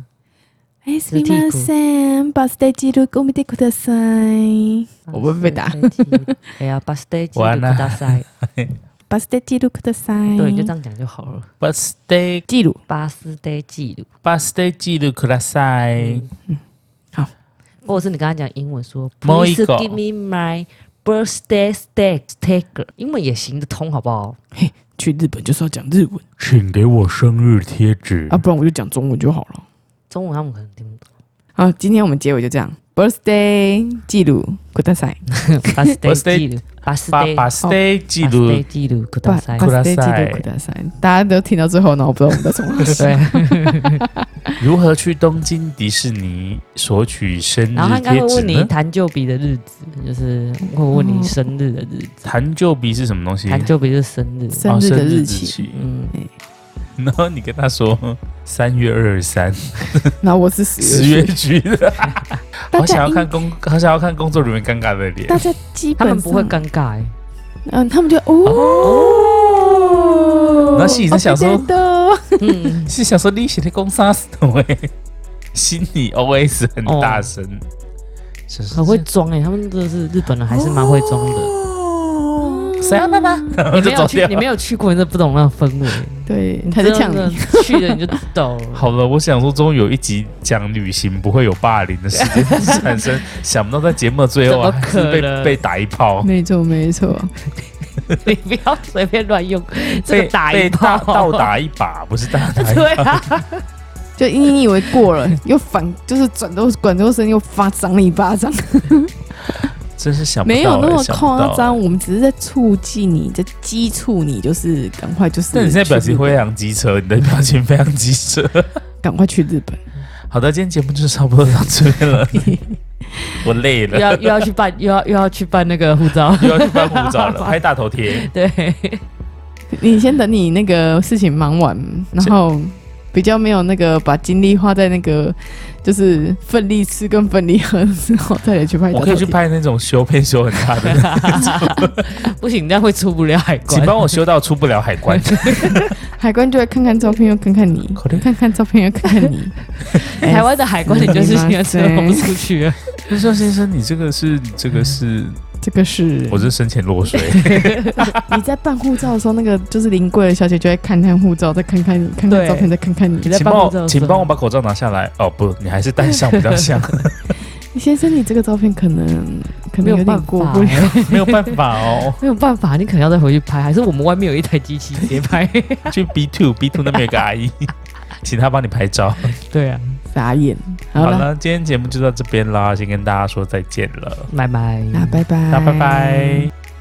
[SPEAKER 3] 哎，す
[SPEAKER 2] 是
[SPEAKER 3] み
[SPEAKER 2] 屁
[SPEAKER 3] ま
[SPEAKER 2] 股
[SPEAKER 3] せん、バス停記録を見てください。我会不会打哎
[SPEAKER 2] 巴斯特记录？哎呀，巴斯特记录
[SPEAKER 4] 完
[SPEAKER 2] 库
[SPEAKER 4] 了
[SPEAKER 2] 达塞，
[SPEAKER 3] バス停記録ください。
[SPEAKER 2] 对，你就这样讲就好了。
[SPEAKER 4] 巴斯的
[SPEAKER 3] 记录。
[SPEAKER 2] 巴斯特记录，
[SPEAKER 4] 巴斯的记录ください。
[SPEAKER 3] 嗯
[SPEAKER 2] 或者是你刚才讲英文说
[SPEAKER 4] 摸一
[SPEAKER 2] ，Please
[SPEAKER 4] 口
[SPEAKER 2] give me my birthday steak sticker，英文也行得通，好不好？
[SPEAKER 3] 去日本就是要讲日文
[SPEAKER 1] 请给我生日贴纸
[SPEAKER 3] 啊，不然我就讲中文就好了。
[SPEAKER 2] 中文他们可能听不懂。
[SPEAKER 3] 好，今天我们结尾就这样。Birthday 记录ください。
[SPEAKER 2] 巴斯特
[SPEAKER 4] Birthday-
[SPEAKER 2] 记录，巴斯特
[SPEAKER 4] 巴巴斯的记
[SPEAKER 3] 哦
[SPEAKER 4] 录
[SPEAKER 2] 记录库
[SPEAKER 3] 巴
[SPEAKER 2] 达塞
[SPEAKER 3] バ。
[SPEAKER 4] くだ
[SPEAKER 3] ス停
[SPEAKER 4] さい
[SPEAKER 3] 記録ください。大家都听到最后呢，我不知道我们在从哪
[SPEAKER 2] 对。
[SPEAKER 4] 如何去东京迪士尼索取生
[SPEAKER 2] 然后他
[SPEAKER 4] 日
[SPEAKER 2] 应该
[SPEAKER 4] 贴
[SPEAKER 2] 会
[SPEAKER 4] 纸
[SPEAKER 2] 问你
[SPEAKER 4] 呢？
[SPEAKER 2] 弹旧笔的日子，就是会问你生日的日子。
[SPEAKER 4] 弹旧笔是什么东西？
[SPEAKER 2] 弹旧笔就是生日，
[SPEAKER 4] 哦
[SPEAKER 3] 生日的日期。
[SPEAKER 4] 期
[SPEAKER 2] 嗯，
[SPEAKER 4] 然后你跟他说三月二 十三，
[SPEAKER 3] 然后我是十
[SPEAKER 4] 十
[SPEAKER 3] 月
[SPEAKER 4] 月
[SPEAKER 3] 去。
[SPEAKER 4] 去的，好
[SPEAKER 3] 大
[SPEAKER 4] 想
[SPEAKER 3] 家
[SPEAKER 4] 要看
[SPEAKER 3] 应
[SPEAKER 4] 工，好想要看工作人员尴尬的脸
[SPEAKER 3] 大。家基
[SPEAKER 2] 他
[SPEAKER 3] 本
[SPEAKER 2] 们不会
[SPEAKER 3] 上，
[SPEAKER 2] 尴尬欸。
[SPEAKER 3] 嗯，他们就哦。
[SPEAKER 4] 然后心里在想说
[SPEAKER 3] 哦对的
[SPEAKER 2] 嗯，
[SPEAKER 4] 是想说你写的公杀死的欸心里 OS 很大声，
[SPEAKER 3] 哦
[SPEAKER 4] 想说
[SPEAKER 2] 很会装哎，他们真的是日本人，还是蛮会装 的。啊
[SPEAKER 4] 谁要爸爸，然后
[SPEAKER 2] 你没
[SPEAKER 4] 哦 就啊走
[SPEAKER 2] 有去，
[SPEAKER 4] 掉
[SPEAKER 2] 你。没有去过，你真的不懂那种氛围。
[SPEAKER 3] 对，他在
[SPEAKER 2] 真
[SPEAKER 3] 呛
[SPEAKER 2] 的
[SPEAKER 3] 你。
[SPEAKER 2] 去了你就懂了。
[SPEAKER 4] 好了，我想说，终于有一集讲旅行不会有霸凌的事件 产生，想不到在节目的最后啊，
[SPEAKER 2] 怎么可
[SPEAKER 4] 还是被
[SPEAKER 2] 能
[SPEAKER 4] 被打一炮，
[SPEAKER 3] 没错，没错。
[SPEAKER 2] 你不要随便乱用这
[SPEAKER 4] 被
[SPEAKER 2] 个打
[SPEAKER 4] 被
[SPEAKER 2] 一炮，
[SPEAKER 4] 倒打一把，不是大打一把。
[SPEAKER 2] 对啊，
[SPEAKER 3] 就你以为 过了，又反，就是转头转头身又发脏了一巴掌。
[SPEAKER 4] 真是想不到、欸、
[SPEAKER 3] 没有那么
[SPEAKER 4] 想不到
[SPEAKER 3] 夸张，
[SPEAKER 4] 欸
[SPEAKER 3] 我们只是在促进你，在激促你，就是赶快就是。
[SPEAKER 4] 但你现在表情啊非常机车，你的表情非常 机车。
[SPEAKER 3] 赶快去日本，
[SPEAKER 4] 好的，今天节目就差不多到这 边了，我累
[SPEAKER 2] 又
[SPEAKER 4] 了，
[SPEAKER 2] 要又要去办，又要又要去办那个护 照。
[SPEAKER 4] 又要去办护 照了，拍大头贴。
[SPEAKER 2] 对，
[SPEAKER 3] 你先等你那个事情忙完，然后比较没有那个把精力花在那个就是奋力吃跟奋力喝之后，再来去拍。
[SPEAKER 4] 我可以去，拍那种修片修很 大的，
[SPEAKER 2] 不行，这样会出不了海关。
[SPEAKER 4] 请帮我修到出不了海关。
[SPEAKER 3] 海关就会看看照片，又看看你
[SPEAKER 4] 可能，
[SPEAKER 3] 看看照片，又看看你。
[SPEAKER 2] 台湾的海关，你就是现在车我不出去了。
[SPEAKER 4] 那说先生，你这个是你这个是，
[SPEAKER 3] 这个是
[SPEAKER 4] 我是深潜落水。
[SPEAKER 3] 你在办护照的时候，那个就是临柜的小姐就会看看护照，再看看你，看看
[SPEAKER 2] 对
[SPEAKER 3] 照片，再看看你
[SPEAKER 2] 你。在
[SPEAKER 4] 请
[SPEAKER 2] 办
[SPEAKER 4] 帮
[SPEAKER 2] 护照
[SPEAKER 4] 我，
[SPEAKER 2] 的时
[SPEAKER 4] 请
[SPEAKER 2] 候
[SPEAKER 4] 帮我把口罩拿下来。哦，不，你还是戴上比较像，
[SPEAKER 3] 先生，你这个照片可能可
[SPEAKER 2] 没
[SPEAKER 3] 能
[SPEAKER 2] 有
[SPEAKER 3] 有
[SPEAKER 2] 办
[SPEAKER 3] 点
[SPEAKER 2] 法
[SPEAKER 3] 过不了。
[SPEAKER 4] 没有办法哦。
[SPEAKER 2] 没有办法，你可能要再回去拍，还是我们外面有一台机 器直接拍？
[SPEAKER 4] 去 B two B two 那边有个阿姨， 请她帮你拍照。
[SPEAKER 2] 对啊，
[SPEAKER 3] 傻眼。好
[SPEAKER 4] 好
[SPEAKER 3] 了，
[SPEAKER 4] 了，今天节目就到这边啦，先跟大家说再见了，
[SPEAKER 2] 拜拜。
[SPEAKER 3] 那拜拜，
[SPEAKER 4] 那拜拜。